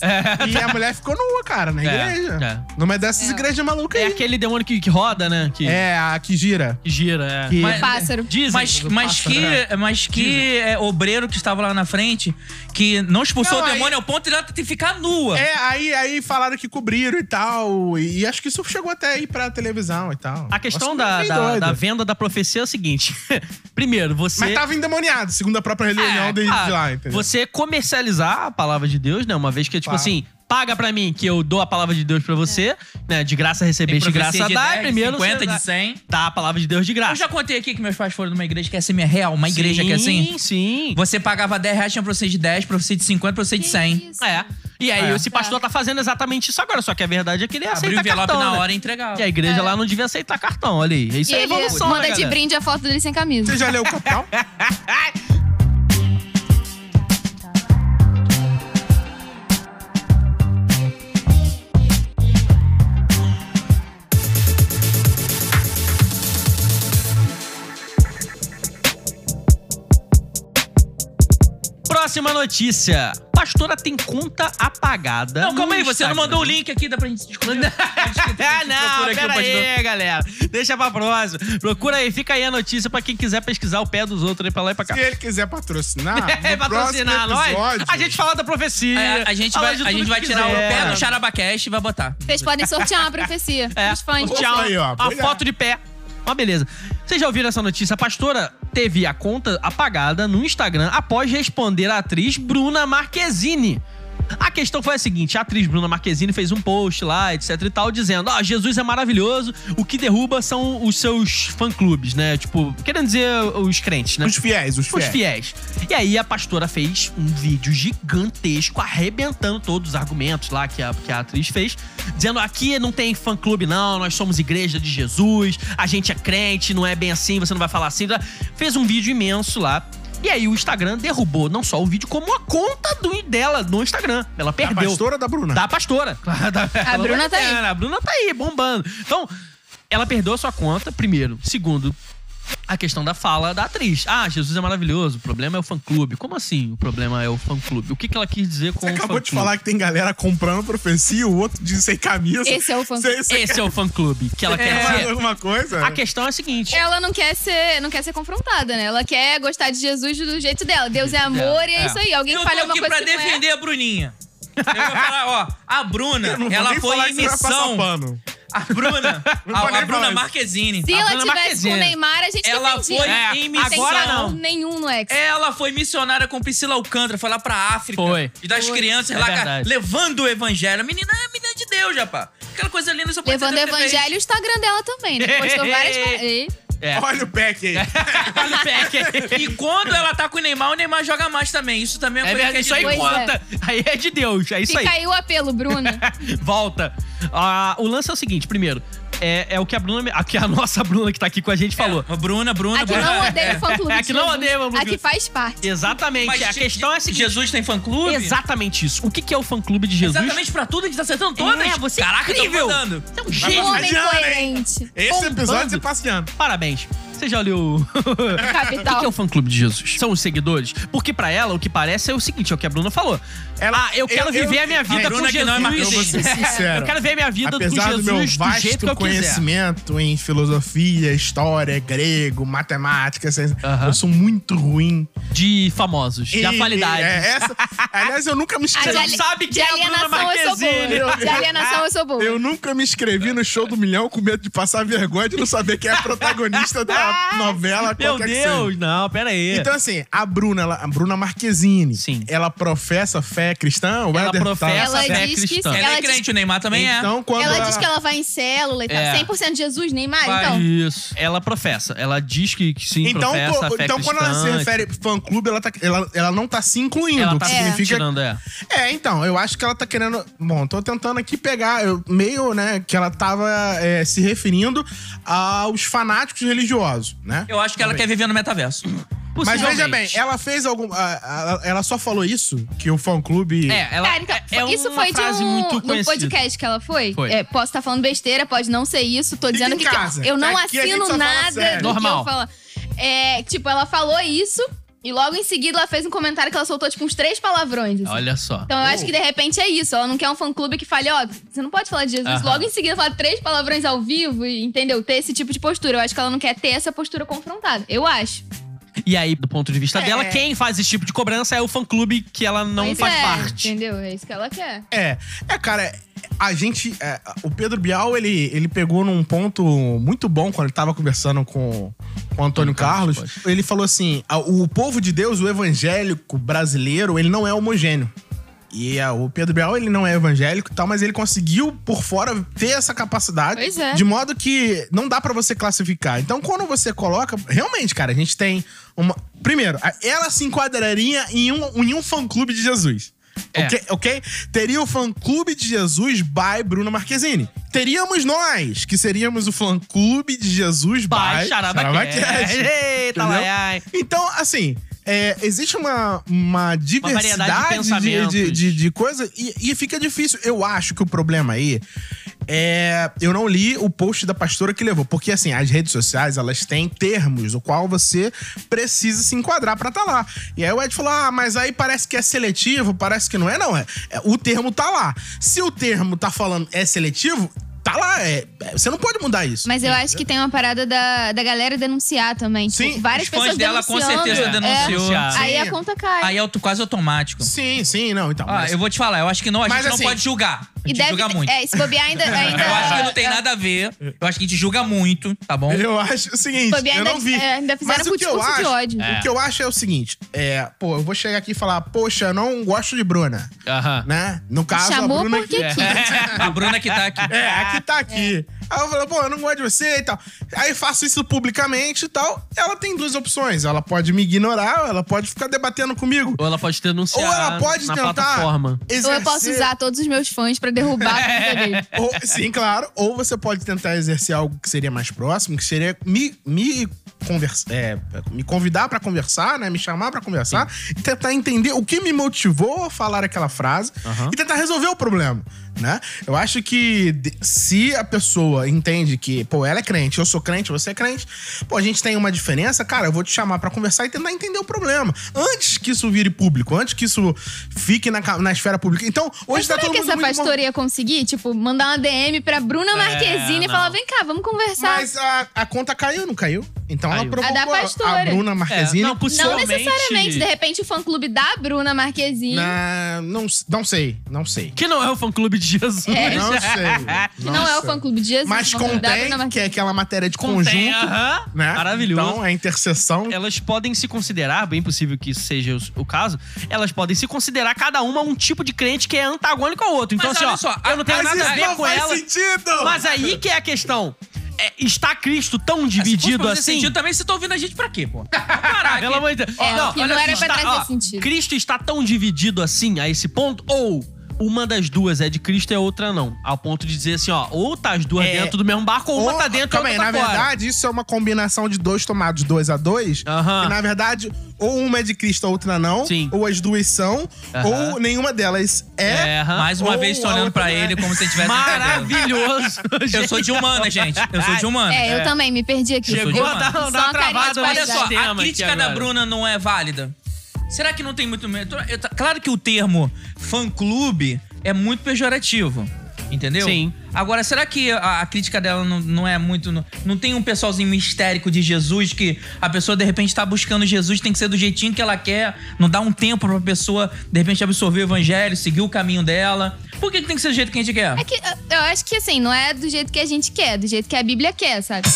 E a mulher ficou nua, cara, na É, igreja. é. Numa dessas É. igrejas malucas É aí. aquele demônio que, que roda, né? Que, É, a que gira. que gira, é. Que- Um pássaro. Dizem, Mas, do mas pássaro, que, né? mas que é, obreiro que estava lá na frente, que não expulsou Não, o aí- demônio ao ponto de ela ter ficar nua. É, aí, aí falaram que cobriram e tal. E, e acho que isso chegou até aí pra televisão e tal. A questão Nossa, da, bem da, doido. da venda da profecia é o seguinte: primeiro, você. Mas tá- tava endemoniado, segundo a própria religião É, de, de claro, lá, entendeu? Você comercializar a palavra de Deus, né? Uma vez que, tipo Claro. assim, paga pra mim que eu dou a palavra de Deus pra você, né? De graça Tem receber, de profecia graça dar. e 10, primeiro 50, você dá, Tá. de 100. dá a palavra de Deus de Eu graça. já contei aqui que meus pais foram numa igreja que é semi-real, uma igreja sim, que é assim. Sim, sim. Você pagava 10 reais, tinha pra você de 10, pra você de 50, pra você de 100. Que isso? É. E aí, É. esse pastor tá fazendo exatamente isso agora, só que a verdade é que ele Abriu o aceita envelope cartão. na né? hora e entregava. E a igreja lá não devia aceitar cartão, olha aí. Isso E é ele evolução, manda né, de galera? brinde a foto dele sem Você camisa. já leu o Capital? Próxima notícia. Pastora tem conta apagada. Não, calma no aí, você não Instagram. mandou o link aqui, dá pra gente discutir. Ah, ah, não, pera aí, galera. Deixa pra próxima. Procura aí, fica aí a notícia pra quem quiser pesquisar o pé dos outros aí pra lá e pra cá. Se ele quiser patrocinar, É, no patrocinar próximo nós. episódio, A gente fala da profecia. É, A, a gente fala vai, de a tudo gente que vai tirar quiser. o pé do Charabacast e vai botar. Vocês podem sortear uma profecia. É, Os fãs. o tchau. Aí, ó, a pois é. foto de pé. Uma beleza. Vocês já ouviram essa notícia? A pastora teve a conta apagada no Instagram após responder à atriz Bruna Marquezine. A questão foi a seguinte: a atriz Bruna Marquezine fez um post lá, etc e tal, dizendo: Ó, Jesus é maravilhoso, o que derruba são os seus fã-clubes, né? Tipo, querendo dizer os crentes, né? Os fiéis, os os fiéis. fiéis. E aí a pastora fez um vídeo gigantesco, arrebentando todos os argumentos lá que a, que a atriz fez, dizendo aqui não tem fã clube não, nós somos igreja de Jesus, a gente é crente, não é bem assim, você não vai falar assim. Fez um vídeo imenso lá. E aí o Instagram derrubou não só o vídeo, como a conta do, dela no Instagram. Ela A perdeu. pastora da Bruna. Da pastora. Claro, da- ela Bruna não- tá aí. é, A Bruna tá aí, bombando. Então, ela perdeu a sua conta, primeiro. Segundo, a questão da fala da atriz. Ah, Jesus é maravilhoso, o problema é o fã-clube. Como assim o problema é o fã-clube? O que, que ela quis dizer com Você o acabou um fã-clube? de falar que tem galera comprando profecia e o outro diz sem camisa. Esse é o fã- Você- você Esse é o fã-clube que ela quer quer falar dizer. alguma coisa? A questão é a seguinte. Ela não quer ser, não quer ser confrontada, né? Ela quer gostar de Jesus do jeito dela. Deus é amor e é, é. isso aí. Alguém Eu tô falha uma aqui coisa pra que não é. defender a Bruninha. Eu vou falar, ó, a Bruna, Eu não vou ela nem falar foi em que você vai passar missão. pano. A Bruna, Não a, vou a nem falar Bruna isso. Marquezine. Se A ela Bruna tivesse com o Tá Marquezine. Neymar, a gente Ela defendia. foi É, em Não missão. tem agora valor não. nenhum no ex. Ela foi missionária com Priscila Alcântara, foi lá pra África. Foi. E das Foi. crianças É lá, cara, verdade. levando o evangelho. A menina é a menina de Deus, rapaz. Aquela coisa linda, só pode Levando o ser da TV. evangelho e o Instagram dela também, né? Postou várias... Ei. É. Olha o pack aí. Olha o pack aí. E quando ela tá com o Neymar, o Neymar joga mais também. Isso também é, É coisa que verdade, é isso aí Pois é. conta. Aí é de Deus, é isso Fica aí. aí o apelo, Bruna. Volta. Ah, o lance é o seguinte, primeiro, é, é o que a Bruna, a, que a nossa Bruna que tá aqui com a É. gente falou. A Bruna, Bruna, A que Bruna. não odeia o fã-clube. É, a de que não Jesus. odeia o fã-clube. A que faz parte. Exatamente. Mas a Je- questão é a seguinte. Jesus tem fã-clube? Exatamente isso. O que, que é o fã-clube de Jesus? Exatamente pra tudo, a gente tá acertando todas. É, você é Caraca, incrível. eu tô mandando. Então, Você é um Um gênio. homem Adiana, hein? coerente. Esse Bombando. episódio você passa de ano. Parabéns. Você já leu o O que que é Capital. o fã-clube de Jesus? São os seguidores? Porque pra ela, o que parece é o seguinte, é o que a Bruna falou. Ela- ah, eu quero eu- eu- viver a minha vida a com Bruna que Jesus. não é Eu vou ser marquesina. sincero. Eu quero ver a minha vida Apesar com do meu Jesus do, jeito vasto que eu quiser. conhecimento em filosofia, história, grego, matemática, ciência, Aham. eu sou muito ruim. De famosos, de E- atualidade. é, essa- aliás, eu nunca me Ah, inscrevi. de não ali- sabe de quem é a Bruna alienação eu sou boa. Marquezine. De alienação eu sou boa. Eu nunca me inscrevi no show do milhão com medo de passar vergonha de não saber quem é a protagonista da novela. Meu qualquer que seja. Deus, não, pera aí. Então, assim, a Bruna, ela- a Bruna Marquezine, Sim. ela professa fé cristã? Ou Ela Elder professa fala? Ela fé diz que cristã. sim. Ela, Ela é diz- crente, o Neymar também é. Então, quando Ela diz que ela vai em célula e tal. É. 100% de Jesus, Neymar, Vai. então. Isso. Ela professa. Ela diz que, que sim, Então, professa pô, a fé então quando ela se cristã, refere fã-clube, ela, tá, ela, ela não tá se incluindo. Ela tá o que se significa tirando, é. É, então, eu acho que ela tá querendo. Bom, tô tentando aqui pegar, eu- meio, né, que ela tava é, se referindo aos fanáticos religiosos. caso, né? Eu acho que ela quer viver no metaverso. Mas veja Possivelmente. bem, é- ela fez algum. a- a- Ela só falou isso? Que o fã-clube. É, ela. Cara, então, é isso uma foi de frase um muito no conhecida. podcast que ela foi. Foi. É, posso estar falando besteira, pode não ser isso. Tô dizendo em que, casa. eu não Aqui a gente só assino fala nada sério. do que eu Normal. falo. É, tipo, ela falou isso e logo em seguida ela fez um comentário que ela soltou, tipo, uns três palavrões. assim. Olha Oh. só. Então eu acho que de repente é isso. Ela não quer um fã-clube que fale, ó, você não pode falar de Jesus. Aham. Logo em seguida fala três palavrões ao vivo e entendeu? Ter esse tipo de postura. Eu acho que ela não quer ter essa postura confrontada. Eu acho. E aí, do ponto de vista É. dela, quem faz esse tipo de cobrança é o fã-clube que ela não Mas faz é, parte. Entendeu? É isso que ela quer. É, é, cara, a gente. é, o Pedro Bial, ele, ele pegou num ponto muito bom quando ele tava conversando com, com o Antônio Carlos. Ele falou assim: a- o povo de Deus, o evangélico brasileiro, ele não é homogêneo. E é, o Pedro Bial, ele não é evangélico e tal, mas ele conseguiu, por fora, ter essa capacidade. Pois é. De modo que não dá pra você classificar. Então, quando você coloca. Realmente, cara, a gente tem uma. Primeiro, a- ela se enquadraria em um, em um fã-clube de Jesus. É. Ok? ok? Teria o fã-clube de Jesus by Bruna Marquezine. Teríamos nós, que seríamos o fã-clube de Jesus by, Pai, Xarabacast. Xarabacast. Eita, Entendeu? lá, ai. Então, assim, é, existe uma, uma diversidade variedade de de, de, pensamentos. de, de coisa e, e fica difícil. Eu acho que o problema aí é. Eu não li o post da pastora que levou, porque assim, as redes sociais elas têm termos, o qual você precisa se enquadrar pra tá lá. E aí o Ed falou: ah, mas aí parece que é seletivo, parece que não é, não. É, é, o termo tá lá. Se o termo tá falando é seletivo. Tá lá, é, é, você não pode mudar isso. Mas eu acho que tem uma parada da, da galera denunciar também. Tipo, Sim, Os várias fãs pessoas dela com denunciando. certeza É. denunciou. Denunciar. Aí Sim. a conta cai. Aí é auto- quase automático. Sim, sim, não, então. Ah, mas- eu vou te falar, eu acho que não, a Mas gente assim- não pode julgar. A e gente julga muito. É, se bobear ainda. ainda Eu acho que é. não tem nada a ver. Eu acho que a gente julga muito, tá bom? Eu acho o seguinte, Se bobear eu não ainda, vi. é, ainda fizeram Mas com o que eu discurso de acho, ódio. o que eu acho é o seguinte, é, pô, eu vou chegar aqui e falar, poxa, eu não gosto de Bruna, Aham. né? No caso, a Chamou Bruna porque que- quis. A Bruna que tá aqui. É, aqui tá aqui. Aí eu falo, pô, eu não gosto de você e tal. Aí faço isso publicamente e tal. Ela tem duas opções. Ela pode me ignorar, ela pode ficar debatendo comigo. Ou ela pode denunciar Ou ela pode na tentar plataforma. É. exercer... Ou eu posso usar todos os meus fãs pra derrubar a conta dele. Ou- sim, claro. Ou você pode tentar exercer algo que seria mais próximo, que seria me, me, convers, é, me convidar pra conversar, né? Me chamar pra conversar e tentar entender o que me motivou a falar aquela frase Aham. e tentar resolver o problema, né? Eu acho que de- se a pessoa entende que, pô, ela é crente, eu sou crente, você é crente, pô, a gente tem uma diferença, cara, eu vou te chamar pra conversar e tentar entender o problema. Antes que isso vire público, antes que isso fique na, ca- na esfera pública. Então, Mas hoje tá será todo que mundo essa muito pastora ia conseguir? Tipo, mandar uma DM pra É, Bruna Marquezine e não. falar: vem cá, vamos conversar. Mas a, a conta caiu, não caiu? Então Caiu. ela provocou A da a, pastora. a Bruna Marquezine. É, não, Não possivelmente- necessariamente. né? De repente, o fã-clube da Bruna É, Marquezine. Na- não, s- não sei, não sei. Que não é o fã-clube de Jesus. É. Não sei. Que não é o fã-clube de Jesus. Mas o fã-clube da Bruna contém, Marquezine. que é aquela matéria de Contém, conjunto, aham. né? Maravilhoso. É, Então, a interseção. elas podem se considerar, bem possível que isso seja os- o caso, elas podem se considerar cada uma um tipo de crente que é antagônico ao outro. Então, Mas assim, ó, olha só, eu não tenho Mas nada a isso ver não com faz ela. sentido! Mas aí que é a questão. É, está Cristo Ah, tão se fosse dividido pra fazer assim? Sentido, também você tá ouvindo a gente pra quê, pô? Caraca. Pelo amor de Deus. É, Ó, que não era pra trazer ó, sentido. Cristo está tão dividido assim a esse ponto? Ou uma das duas é de Cristo e a outra não? Ao ponto de dizer assim, ó, ou tá as duas É. dentro do mesmo barco, ou uma Ou- tá dentro e a calma outra aí, tá na fora. verdade, isso é uma combinação de dois tomados dois a dois. Aham. Que, na verdade, ou uma é de Cristo, a outra não. Sim. Ou as duas são, Aham. ou nenhuma delas é. É, aham. Mais uma Ou vez, tô a olhando outra pra não é. ele como se ele tivesse. Maravilhoso. Eu sou de humana, gente. Eu sou de humana. É, eu também, me perdi aqui. Chegou Eu- a dar- só dar uma carinha de travada, olha Olha paisagem. só, a Tema aqui crítica agora. da Bruna não é válida? Será que não tem muito medo? Eu tá- Claro que o termo fã-clube é muito pejorativo. Entendeu? Sim. Agora, será que a, a crítica dela não, não é muito. Não, não tem um pessoalzinho mistérico de Jesus que a pessoa de repente tá buscando Jesus, tem que ser do jeitinho que ela quer, não dá um tempo pra pessoa de repente absorver o evangelho, seguir o caminho dela? Por que, que tem que ser do jeito que a gente quer? É que eu- eu acho que assim, não é do jeito que a gente quer, é do jeito que a Bíblia quer, sabe?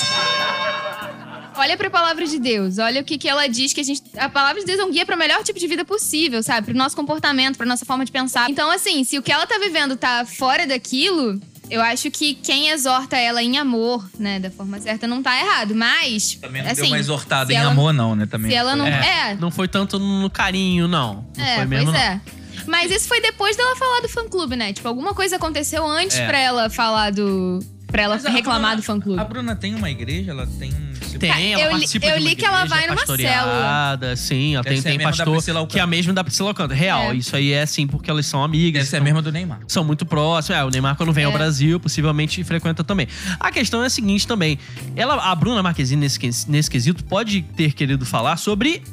Olha pra palavra de Deus, olha o que, que ela diz que a gente. A palavra de Deus é um guia pro melhor tipo de vida possível, sabe? Pro nosso comportamento, pra nossa forma de pensar. Então, assim, se o que ela tá vivendo tá fora daquilo, eu acho que quem exorta ela em amor, né, da forma certa, não tá errado. Mas. Também não assim, deu uma exortada se em ela- amor, não, né? Também. Se ela não. É, É, Não foi tanto no carinho, não. Não é, foi pois mesmo, não. é. Mas isso foi depois dela falar do fã-clube, né? Tipo, alguma coisa aconteceu antes É. pra ela falar do. Pra ela Mas a reclamar Bruna- do fã-clube. A Bruna tem uma igreja, ela tem um. participa. Tem, Cara, ela eu li- participa eu de uma li que ela igreja, vai numa pastoreada, Sim, ela Deve tem, ser a tem mesma da pastor Priscila Alcântara. que é a mesma da Priscila Alcântara. Real, É. isso aí é assim porque elas são amigas. Essa é a então- mesma do Neymar. são muito próximos. É, o Neymar, quando vem ao É. Brasil, possivelmente frequenta também. A questão é a seguinte também. Ela, a Bruna Marquezine, nesse, ques- nesse quesito, pode ter querido falar sobre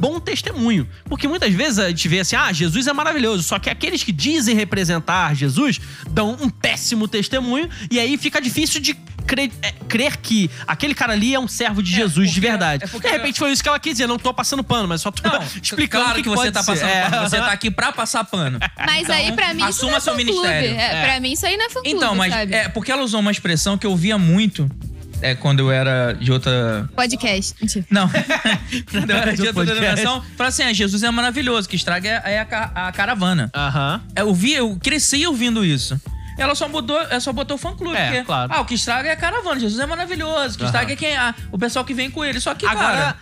bom testemunho. Porque muitas vezes a gente vê assim, ah, Jesus é maravilhoso, só que aqueles que dizem representar Jesus dão um péssimo testemunho e aí fica difícil de crer, é, crer que aquele cara ali é um servo de É, Jesus de porque- verdade. é porque- de repente foi isso que ela quis dizer, não tô passando pano, mas só tô Não, explicando claro que, o que, você pode tá ser. passando É. pano. Você tá aqui pra passar pano. Mas Então, aí, pra mim, isso assuma não é seu fã clube. ministério. É, Pra mim, isso aí não é fã clube, Então, mas sabe? é porque ela usou uma expressão que eu via muito é, quando eu era de outra. Podcast. Mentira. Não. quando eu era de Do outra podcast. denominação, falava assim: ah, Jesus é maravilhoso, que estraga é, é a, ca- a caravana. Aham. Eu vi, eu cresci ouvindo isso. Ela só mudou, ela só botou fã clube. É, porque, claro. Ah, o que estraga é a caravana. Jesus é maravilhoso. O que Aham. estraga é quem ah, o pessoal que vem com ele. Só que, Agora, cara,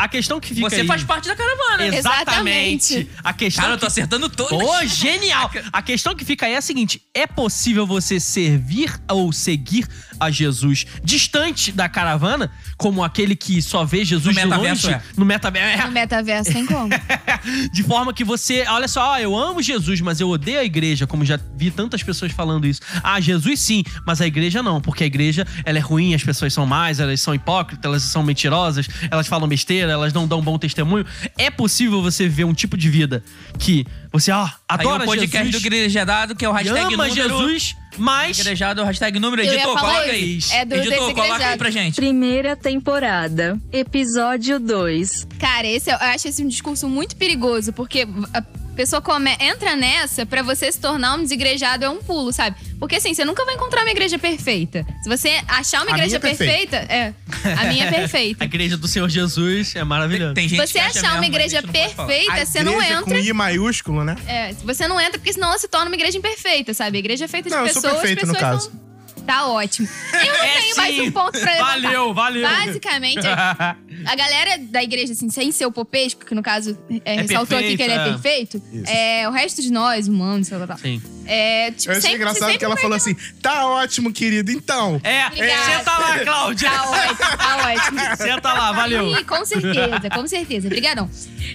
a questão que fica você aí- faz parte da caravana. Exato. Ah, Exatamente. Exatamente. A questão. Cara, eu tô que... acertando todos. Ô, genial! A questão que fica aí é a seguinte: é possível você servir ou seguir a Jesus distante da caravana, como aquele que só vê Jesus No de metaverso, longe é. no metaverso? No metaverso tem como. De forma que você, olha só, ah, eu amo Jesus, mas eu odeio a igreja, como já vi tantas pessoas falando isso. Ah, Jesus sim, mas a igreja não, porque a igreja, ela é ruim, as pessoas são más, elas são hipócritas, elas são mentirosas, elas falam besteira, elas não dão bom testemunho. É possível você viver um tipo de vida que você, ó, Tá Aí adora o podcast Jesus, do Igrejadado, que é o e hashtag ama número... Jesus, mas Igrejado, é hashtag número. um. Eu ia Editor, falar coloca isso. aí. É do Editor, coloca aí Desigrejado. pra gente. Primeira temporada, episódio 2. Cara, esse, eu acho esse um discurso muito perigoso, porque a pessoa come, entra nessa pra você se tornar um desigrejado é um pulo, sabe? Porque assim, você nunca vai encontrar uma igreja perfeita. Se você achar uma A igreja minha é perfeita, é. A minha é a perfeita. igreja do Senhor Jesus é maravilhosa. Tem gente você que acha achar uma mesmo, mas a gente igreja não pode falar. perfeita, A você não igreja entra. Com I maiúsculo, né? É, você não entra porque senão ela se torna uma igreja imperfeita, sabe? A igreja é feita de Não, eu sou pessoas, perfeito, no pessoas caso. são- Tá ótimo. Eu não É, tenho mais sim. um ponto pra levantar. Valeu, valeu. Basicamente, a galera da igreja, assim, sem ser o popesco, que no caso é, ressaltou perfeito, aqui que ele é é. perfeito, Isso. é, o resto de nós, humanos, sei lá. tal. Sim. É, tipo, Eu achei sempre, engraçado sempre que ela vai falou ter assim: tá ótimo, querido, então. É, Obrigada. senta lá, uma- Cláudia. Tá ótimo, tá ótimo. Senta lá, valeu. Ih, com certeza, com certeza. Obrigadão.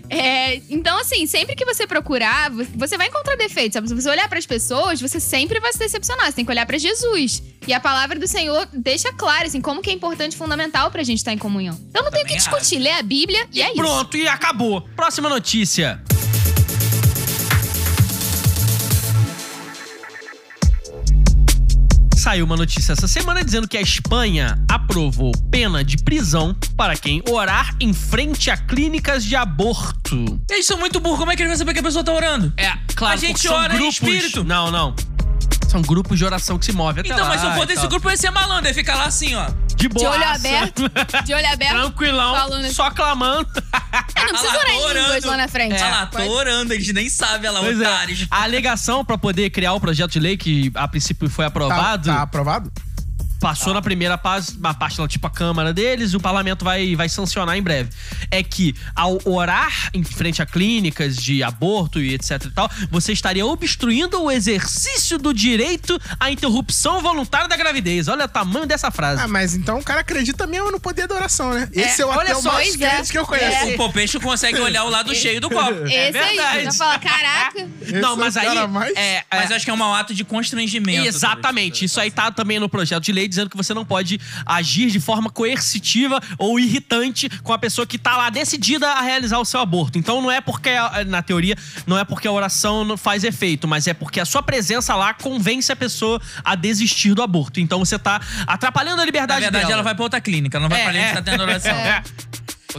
É, então, assim, sempre que você procurar, vo- você vai encontrar defeitos. Sabe? Se você olhar pras pessoas, você sempre vai se decepcionar. Você tem que olhar pra Jesus. E a palavra do Senhor deixa claro, assim, como que é importante e fundamental pra gente estar em comunhão. Então não tem o que Também acho. discutir. Lê a Bíblia e, é isso. Pronto, e acabou. Próxima notícia. Saiu uma notícia essa semana dizendo que a Espanha aprovou pena de prisão para quem orar em frente a clínicas de aborto. Eles são muito burros. Como é que eles vão saber que a pessoa tá orando? É, claro, A gente porque são ora em grupos. espírito. Não, não. São grupos de oração que se movem até Então, lá mas se eu for e desse tal. grupo, eu ia ser malandro. Ia ficar lá assim, ó. de boa. olho aberto. De olho aberto. Tranquilão, Falando assim. só clamando. Ah, não Olha precisa Tá lá, orar em orando. línguas lá na frente. Olha lá, tô Pode- orando. Eles nem sabem, olha lá, Pois é. otários. A alegação pra poder criar o projeto de lei que a princípio foi Tá, aprovado tá aprovado? passou na primeira parte, uma parte lá, tipo a Câmara deles, e o parlamento vai, vai sancionar em breve. É que ao orar em frente a clínicas de aborto e etc e tal, você estaria obstruindo o exercício do direito à interrupção voluntária da gravidez. Olha o tamanho dessa frase. Ah, mas então o cara acredita mesmo no poder da oração, né? Esse é o olha ateu só, mais pois crente é. que eu conheço. O Popeixo consegue olhar o lado cheio do copo. Esse aí, verdade. você fala, caraca. Esse é Não, o mas aí. cara mais- é, Mas eu acho que é um mau ato de constrangimento. Exatamente. Isso aí né? tá também no projeto de lei dizendo que você não pode agir de forma coercitiva ou irritante com a pessoa que tá lá decidida a realizar o seu aborto. Então não é porque, na teoria, não é porque a oração não faz efeito, mas é porque a sua presença lá convence a pessoa a desistir do aborto. Então você tá atrapalhando a Na liberdade verdade, dela. ela vai pra outra clínica. Ela não vai É, pra gente é. que tá tendo oração.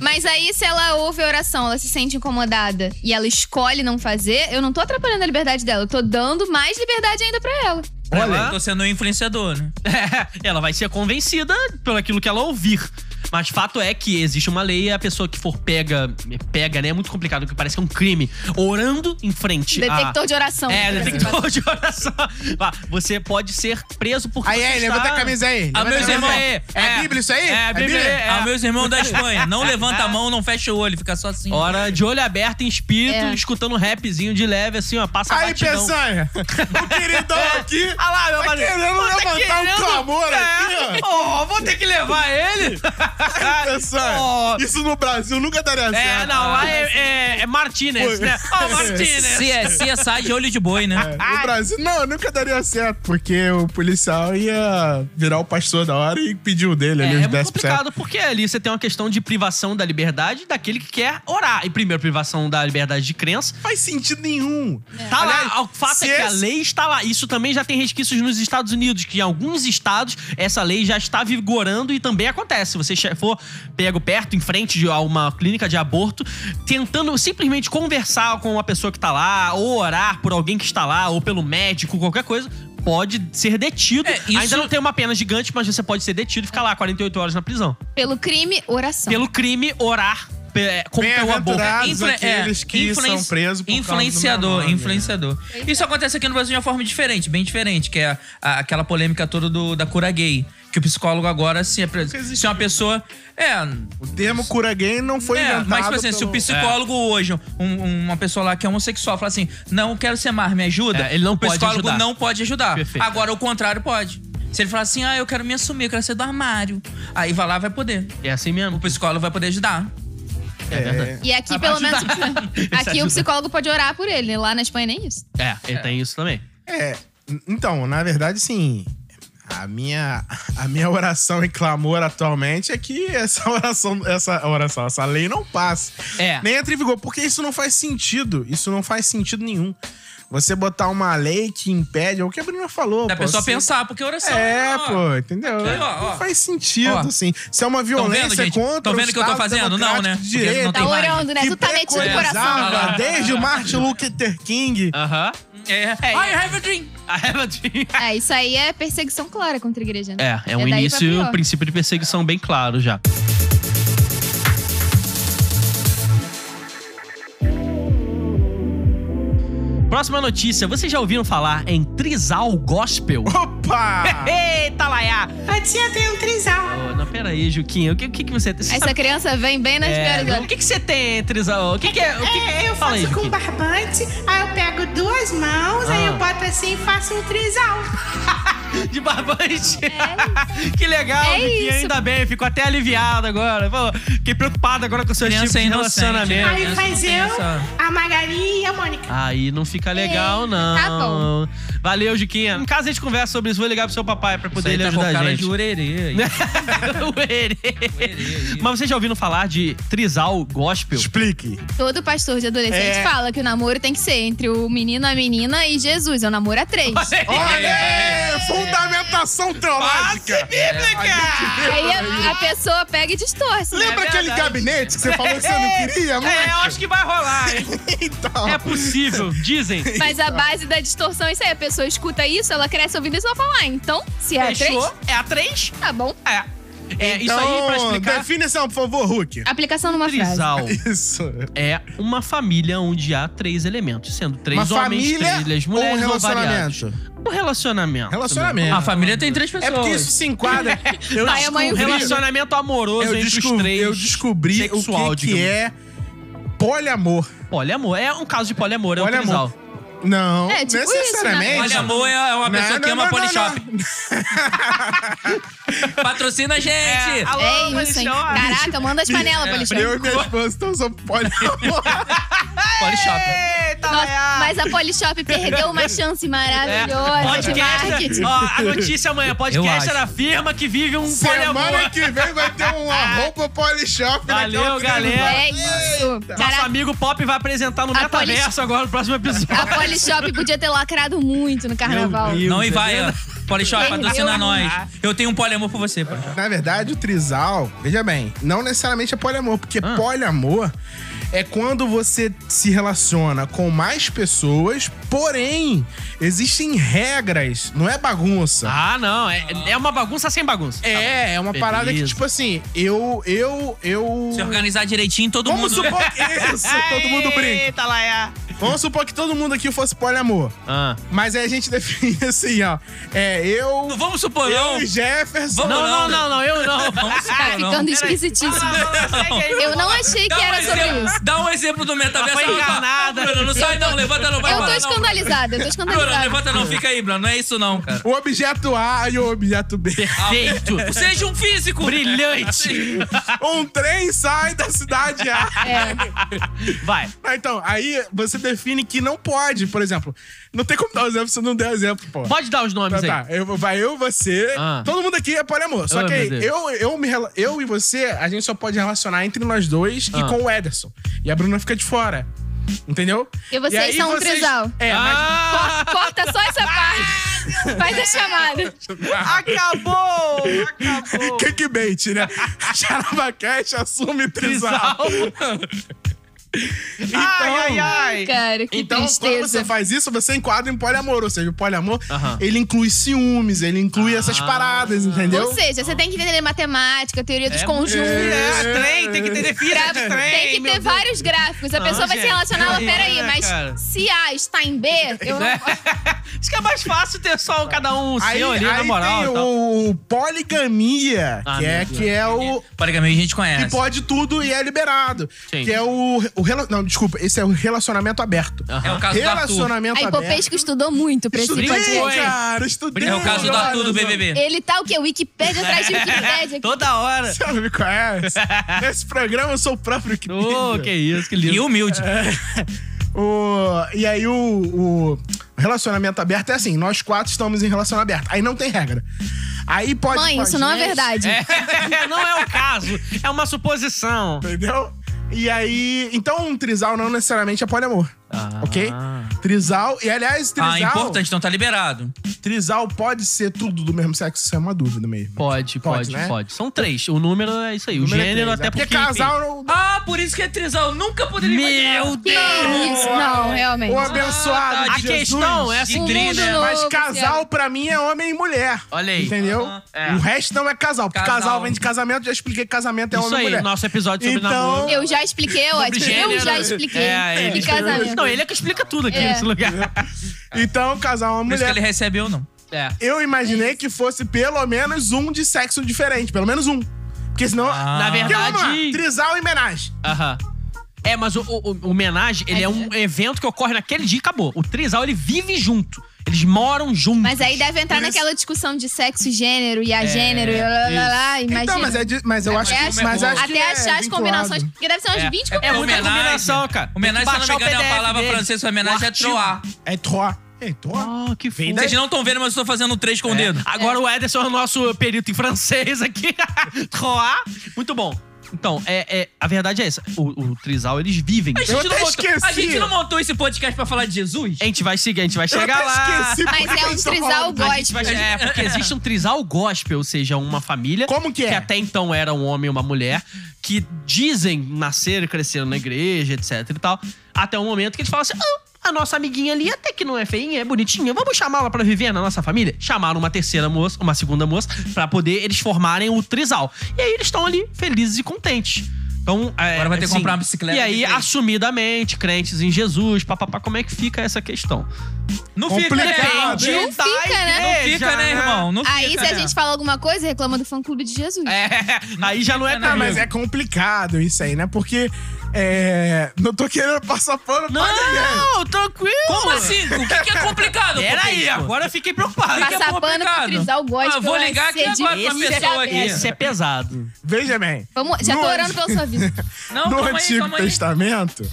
Mas aí, se ela ouve a oração, ela se sente incomodada e ela escolhe não fazer, eu não tô atrapalhando a liberdade dela, eu tô dando mais liberdade ainda pra ela. Olha. Eu tô sendo um influenciador, né? É, ela vai ser convencida pelo aquilo que ela ouvir. Mas fato é que existe uma lei e a pessoa que for pega, pega, né? É muito complicado, porque parece que é um crime. Orando em frente a- Detector de oração. É, Assim, detector de oração. Vá, Você pode ser preso por Aí, aí, levanta a camisa aí. levanta Ah, meus a camisa irmãos, aí. É, é. Bíblia isso aí? É, Bíblia, é. Ah, meus irmãos da Espanha. Não levanta a mão, não fecha o olho. Fica só assim. Hora de olho aberto em espírito, É. escutando um rapzinho de leve, assim, ó, passa Aí, batidão. Peçanha, o queridão aqui. Ah lá, meu Tá marido. querendo Pô, levantar um clamor é. aqui, Ó, vou ter que levar ele. Pensar, Oh. Isso no Brasil nunca daria certo. Ah, É, não, lá é, é, é Martinez, né? Ó, Martinez. Se é CSI de olho de boi, né? No Brasil, não, nunca daria certo, porque o policial ia virar o pastor da hora e pedir o dele É, ali, é os muito 10%. complicado porque ali você tem uma questão de privação da liberdade daquele que quer orar. E primeiro, privação da liberdade de crença. Faz sentido nenhum. Tá Aliás, lá, o fato se é que a esse- lei está lá. Isso também já tem resquícios nos Estados Unidos, que em alguns estados essa lei já está vigorando e também acontece. Se você che- for pego perto, em frente de uma clínica de aborto, tentando simplesmente conversar com uma pessoa que está lá, ou orar por alguém que está lá, ou pelo médico, qualquer coisa. Pode ser detido. É, isso- Ainda não tem uma pena gigante, mas você pode ser detido e ficar lá 48 horas na prisão. Pelo crime, oração. Pelo crime orar é, contra o aborto. Bem-aventurados Influ- aqueles é, que influen- são presos por causa do meu Influenciador, nome, né? influenciador. Isso acontece aqui no Brasil de uma forma diferente, bem diferente, que é a- aquela polêmica toda do- da cura gay. Que o psicólogo agora é se, apre- se uma pessoa. É, O termo cura gay não foi É, inventado. mas, por exemplo, se o pelo- É. psicólogo hoje, um- uma pessoa lá que é homossexual, fala assim: não quero ser mar, me ajuda. É, ele não o pode psicólogo ajudar. não pode ajudar. Perfeito. Agora, o contrário pode. Se ele falar assim, ah, eu quero me assumir, eu quero ser do armário. Aí vai lá, vai poder. É assim mesmo. O psicólogo vai poder ajudar. né? E aqui, pelo menos. aqui o psicólogo pode orar por ele. né? Lá na Espanha nem isso. É, ele tem isso também. É, n- então, na verdade, sim. A minha, a minha oração e clamor atualmente é que essa oração, essa oração, essa lei não passe. É. Nem entre em vigor, porque isso não faz sentido. Isso não faz sentido nenhum. Você botar uma lei que impede, é o que a Bruna falou. Da pô, pessoa você- pensar, porque oração. É, ó, pô, entendeu? Aqui, ó, ó. Não faz sentido, Ó. assim. Isso é uma violência gente? contra Tão vendo o o que eu tô Estado fazendo? Não, né? Democrático de Porque Direito. não tem Tá imagem. orando, né? que Tu tá metido no coração. preconizava coração. desde o Martin Luther King Aham. É. I have a tipo dream. É, isso aí é perseguição clara contra a igreja. né? É, é um daí pra início e pior. um princípio de perseguição bem claro já. Próxima notícia. Vocês já ouviram falar em trisal gospel? Opa! Eita, Laiá! A tia tem um trisal. Ô, não, peraí, Juquinha. O que, o que, que você... você Essa criança vem bem nas É, piores o horas. que, que você tem, trisal? O que, que é... O que... É, eu Fala aí, faço com Juquinha. barbante, aí eu pego duas mãos, aí Ah. eu boto assim e faço um trisal. De barbante. que legal, É Vicky. isso. Ainda bem, fico até aliviado agora. Pô, fiquei preocupado agora com o seu tipo Criança de é inocente, relacionamento. né? Aí Essa faz não tem eu, essa. a Margarida e a Mônica. Aí não fica legal, Ei, não. tá bom. Valeu, Juquinha. Em casa a gente conversa sobre isso. Vou ligar pro seu papai pra Isso poder aí ele tá com ajudar a cara gente. de urerê. Né? aí. Uerê. Uerê. Mas vocês já ouviram falar de trisal gospel? Explique. Todo pastor de adolescente É. fala que o namoro tem que ser entre o menino, a menina e Jesus. É o namoro a três. Olha! É. Fundamentação teológica! É, aí é a, a pessoa pega e distorce. né? Lembra aquele É verdade. gabinete que você falou que você não queria, É, eu mano? acho que vai rolar, hein? Então. É possível, dizem. Mas a base da distorção é isso aí. A pessoa escuta isso, ela cresce ouvindo isso e ela fala, ah, então, se é Fechou? a três, É a 3? tá bom. É. É, isso aí então, pra explicar. Definição, por favor, Hulk. Aplicação numa frase. Trisal Isso. é uma família onde há três elementos, sendo três Uma homens, família três ou um mulheres ou variados. relacionamento? Um relacionamento. Relacionamento. A família tem três É pessoas. porque isso se enquadra. Eu Pai, a mãe e Um o descobri- relacionamento amoroso eu entre os descobri, três. eu descobri sexual, o que, que digamos. é poliamor. Poliamor. É um caso de poliamor, é um Poliamor. trisal. Não, É, tipo isso, né? necessariamente. Olha, amor é uma Não, pessoa que não, não, ama não, Polishop. Patrocina a gente! alô, É isso, hein? Polishop. Caraca, manda as É, panelas, Polishop. Eu e minha esposa estamos sob poliamor. Polishop. Eita, Nossa, Laiá. mas a Polishop perdeu uma chance É, maravilhosa de Podcast. marketing. Ó, a notícia amanhã. Podcast acho. afirma que vive um Semana poliamor. que vem vai ter um Ah. arroba polishop Valeu, naquela fila galera. do bar. É isso. Nosso Caraca, amigo Pop vai apresentar no A metaverso agora no próximo episódio. a Polishop podia ter lacrado muito no carnaval. Meu Deus. Não e vai, ó. Polishop, Entendeu? patrocina nós. Eu tenho um poliamor por você, Polishop. Na verdade, o trisal, veja bem, não necessariamente é poliamor, porque Ah. poliamor é quando você se relaciona com mais pessoas, porém, existem regras, não é bagunça. Ah, não. É, é uma bagunça sem bagunça. É, é tá uma Beleza. parada que, tipo assim, eu. Eu. Eu. Se organizar direitinho, todo Vamos mundo. né? supor que. Isso, todo mundo brinca. Eita, Laia. Vamos supor que todo mundo aqui fosse poliamor. Ah. Mas aí a gente define assim, ó. É, eu. Não vamos supor, não. Eu e Jefferson. Vamos não. Não, não, não, não, eu não. Vamos supor, Tá Ah, não. ficando esquisitíssimo. Não, não, segue aí. Eu não achei que Não, era mas sobre eu- isso. Dá um exemplo do metaverso. Ela foi Ah, não, tá. enganada. Bruno, não sai não, levanta não, vai Eu tô embora, não. escandalizada, eu tô Bruno, escandalizada. levanta não, fica aí, Bruno. Não é isso não, cara. O objeto A e o objeto B. Perfeito. Seja um físico. Brilhante. Um trem sai da cidade A. É. Vai. Ah, Então, aí você define que não pode, por exemplo. Não tem como dar um exemplo se não der exemplo, pô. Pode dar os Tá, nomes aí. tá. Eu, vai eu, você. Tipo assim, Ah. Todo mundo aqui é poliamor. Só Ah, que aí, meu Deus. eu, eu, me, rela- eu e você, a gente só pode relacionar entre nós dois e Ah. com o Ederson. E a Bruna fica de fora. Entendeu? E vocês aí são um trisal. É, Ah, Corta só essa parte. Faz a chamada. acabou! Acabou! mas. Kickbait, né? Xarabacash assume trisal. Trisal. Ah, ai, ai, ai. Cara, que Então, quando tristeza. você faz isso, você enquadra em poliamor. Ou seja, o poliamor, Aham. Ah. ele inclui ciúmes, ele inclui essas paradas, entendeu? Ou seja, você tem que entender matemática, teoria dos É, conjuntos. É, trem, tem que ter definição de trem. Tem que meu ter Deus. vários gráficos. A Não, pessoa vai se gente, relacionar, ela, não, peraí, não, mas cara. se A está em B, eu não. Né? Acho que é mais fácil ter só um, cada um seu ali, na moral. tem um e tal. o, o poligamia, Ah, que, meu é, Deus. que é o... Poligamia a gente Que conhece. pode tudo e é liberado. Sim. Que é o, o... rela- Não, desculpa. Esse é o relacionamento aberto. Aham. É o caso do Arthur. Relacionamento A aberto. Hipopesco estudou muito pra esse Estudei, podcast. hein? cara. Estudei. É o caso do Arthur do BBB. Ele tá o quê? Wikipédia atrás de Wikipédia. Toda hora. Você não me conhece? Nesse programa eu sou o próprio que Ô, que isso, que lindo. E um humilde. É. O- e aí o, o relacionamento aberto é assim, nós quatro estamos em relação aberta. Aí não tem regra. Aí pode. Mãe, pode- isso não é verdade. É, não é o caso, é uma suposição. Entendeu? E aí. Então, um trisal não necessariamente é poliamor. Ah. Ok? Trisal. E aliás, trisal. Ah, importante, então tá liberado. Trisal pode ser tudo do mesmo sexo, isso é uma dúvida mesmo. Pode, pode, Pode, pode, né? São três. O número é isso aí. O Número é gênero três, até né? porque. porque. casal não. Ah, por isso que é trisal. Nunca poderia Meu Que isso? Não, realmente. O abençoado. Ah, de tá. A Jesus. questão é assim. Um Três, mundo né? novo, Mas casal, Luciano. pra mim, é homem e mulher. Olha aí. Entendeu? Aham, é. O resto não é casal. Porque casal, Casal. vem de casamento, já expliquei que casamento é Isso homem e aí, mulher. nosso episódio sobre Então- namoro. Eu já expliquei, é Sobre ótimo. Eu gênero. já expliquei. É, ele E explica- casamento. Não, ele é que explica tudo aqui É. nesse lugar. Então, casal é uma Por isso que mulher. ele recebeu, não. É. Eu imaginei que fosse pelo menos um de sexo diferente. Pelo menos um. Porque senão. Ah. Na Porque vamos lá, verdade. Trisal e homenagem. Aham. É, mas o, o, o homenagem, ele é um evento que ocorre naquele dia e acabou. O trisal, ele vive junto. Eles moram juntos. Mas aí deve entrar Por isso- naquela discussão de sexo, e gênero e a gênero e lá, lá, lá, lá, imagina. Então, mas, é de- mas eu acho Até que. ach- Mas acho que até é achar as vinculado. combinações. Porque deve ser umas É. 20 É combinações. muita combinação, cara. Homenagem, se Tem eu que não me engano, é baixar o uma PDF palavra dele. francesa. O Homenagem é artigo. troar. É Troá. É Troá. Ah, que foda. Vocês não estão vendo, mas eu estou fazendo três É. com o dedo. Agora o Ederson é o nosso perito em francês aqui. Troá. Muito bom. Então, é, é- a verdade é essa. O, o Trisal, eles vivem. A Eu gente, até não montou, a esqueci. gente não montou esse podcast pra falar de Jesus? A gente vai seguir, a gente vai Eu chegar até lá. esqueci Mas porque é um eles estão trisal falando. gospel. A gente vai chegar. É, porque existe um trisal gospel, ou seja, uma família. Como que Que é? até então era um homem e uma mulher, que dizem nascer e cresceram na igreja, etc e tal. Até um momento que eles falam assim: ah, a nossa amiguinha ali até que não é feinha, é bonitinha, vamos chamá-la pra viver na nossa família? Chamaram uma terceira moça, uma segunda moça, pra poder eles formarem o trisal. E aí eles estão ali felizes e contentes. Então, é, Agora vai ter que comprar uma bicicleta E aí, de frente. assumidamente, crentes em Jesus, papapá, como é que fica essa questão? Não Complicado. fica, né? Não fica, né? Não É, fica, né, irmão? Não Aí, se fica, a né? gente fala alguma coisa, reclama do fã-clube de Jesus. É, aí já não é Não, Ah, comigo. mas é complicado isso aí, né? Porque. É, não tô querendo passar pano pra ninguém. Não, tranquilo. Como assim? O que, que é complicado? Peraí, Popesco? agora eu fiquei preocupado. Fica Passar pano pro é complicado. Trisal gospel. Ah, vou vai ligar aqui né? ser agora pra difícil. pessoa aqui. Esse é pesado. Veja bem. Vamos, já tô No- orando pela sua vida. Não, no calma aí, Antigo calma aí. Testamento,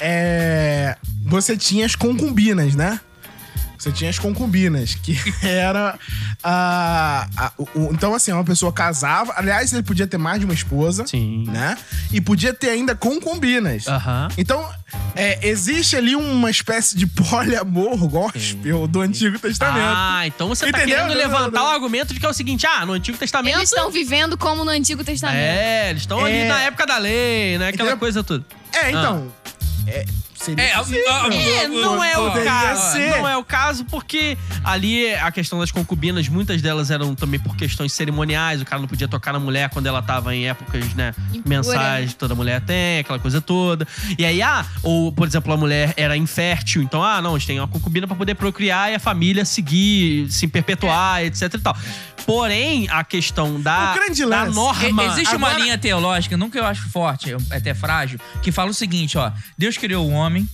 é, você tinha as concubinas, né? Você tinha as concubinas, que era. a- a- o- o- então, assim, uma pessoa casava. Aliás, ele podia ter mais de uma esposa. Sim. Né? E podia ter ainda concubinas. Aham. Então, é, existe ali uma espécie de poliamor gospel do Antigo Testamento. Ah, então você Tá Entendeu? tá Não, querendo não, levantar não. o argumento de que é o seguinte: ah, no Antigo Testamento. Eles estão vivendo como no Antigo Testamento. É, eles estão É. ali na época da lei, né? Aquela Entendeu? coisa toda. É, então. É, seria É, possível. ah, ah, É, não é o Poderia caso. ser. Não é o caso, porque ali a questão das concubinas, muitas delas eram também por questões cerimoniais, o cara não podia tocar na mulher quando ela tava em épocas, né? Impura. Mensagem, toda mulher tem, aquela coisa toda. E aí, ah, ou, por exemplo, a mulher era infértil, então, É. ah, não, a gente tem uma concubina pra poder procriar e a família seguir, se perpetuar, etc e tal. Porém, a questão da, O grande da lance. E- norma. É, Existe uma Agora- linha teológica, não que eu acho forte, é até frágil, que fala o seguinte, ó. Deus criou o homem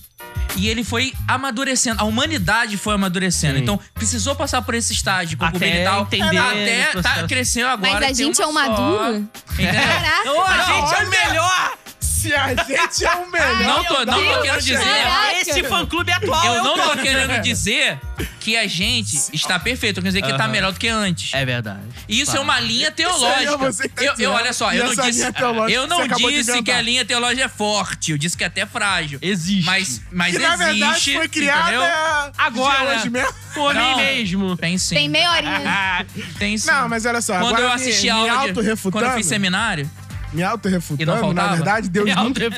e ele foi amadurecendo. A humanidade foi amadurecendo. Sim. Então, precisou passar por esse estágio Até concubital. entender esse até processo. tá, cresceu Mas agora. a tem uma gente é um só. maduro? Entendeu? Caraca. Ô, a Não, gente é olha- o melhor! Se a gente é o melhor. Não tô, não tô Deus, querendo dizer. Caraca. Esse fã-clube atual é Eu o não tô top. querendo dizer que a gente está perfeito. Eu quero dizer que tá Aham. melhor do que antes. É verdade. E Isso é uma linha aí é teológica. você que tá eu, eu- dizendo. olha só, E eu essa não disse, linha é teológica eu que não você acabou de disse que inventar. a linha teológica é forte. Eu disse que é até frágil. Existe. Mas, mas que na existe. verdade foi criada é entendeu? Agora. de hoje mesmo. Por mim Não. mesmo. Tem sim. Tem meia horinha. Ah, Tem sim. Não, mas olha só. quando agora eu assisti me, a me aula, de- auto-refutando, quando eu fiz seminário, me E não auto-refutando, na faltava? verdade, é Deus nunca,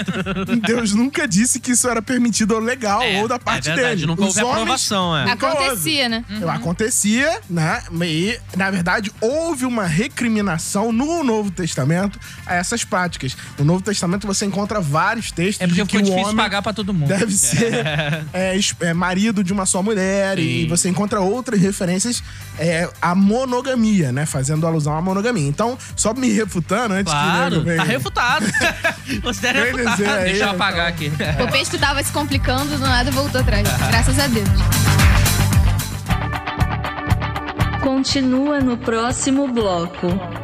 Deus nunca disse que isso era permitido ou legal É, ou da parte é verdade, dele. nunca Os houve homens- aprovação, é. nunca houve. Acontecia, né? Uhum. Eu Acontecia, né? E, na verdade, houve uma recriminação no Novo Testamento a essas práticas. No Novo Testamento você encontra vários textos é porque de que ficou o difícil homem pagar pra todo mundo. deve ser é, es- é, marido de uma só mulher. E você encontra outras referências é, à monogamia, né? Fazendo alusão à monogamia. Então, só me refutando antes que... nego claro. venha- Tá refutado. Considera Vem refutado. dizer aí, Ah, Deixa eu então. apagar aqui. O peixe que tava se complicando, do nada voltou atrás. Graças a Deus. Continua no próximo bloco.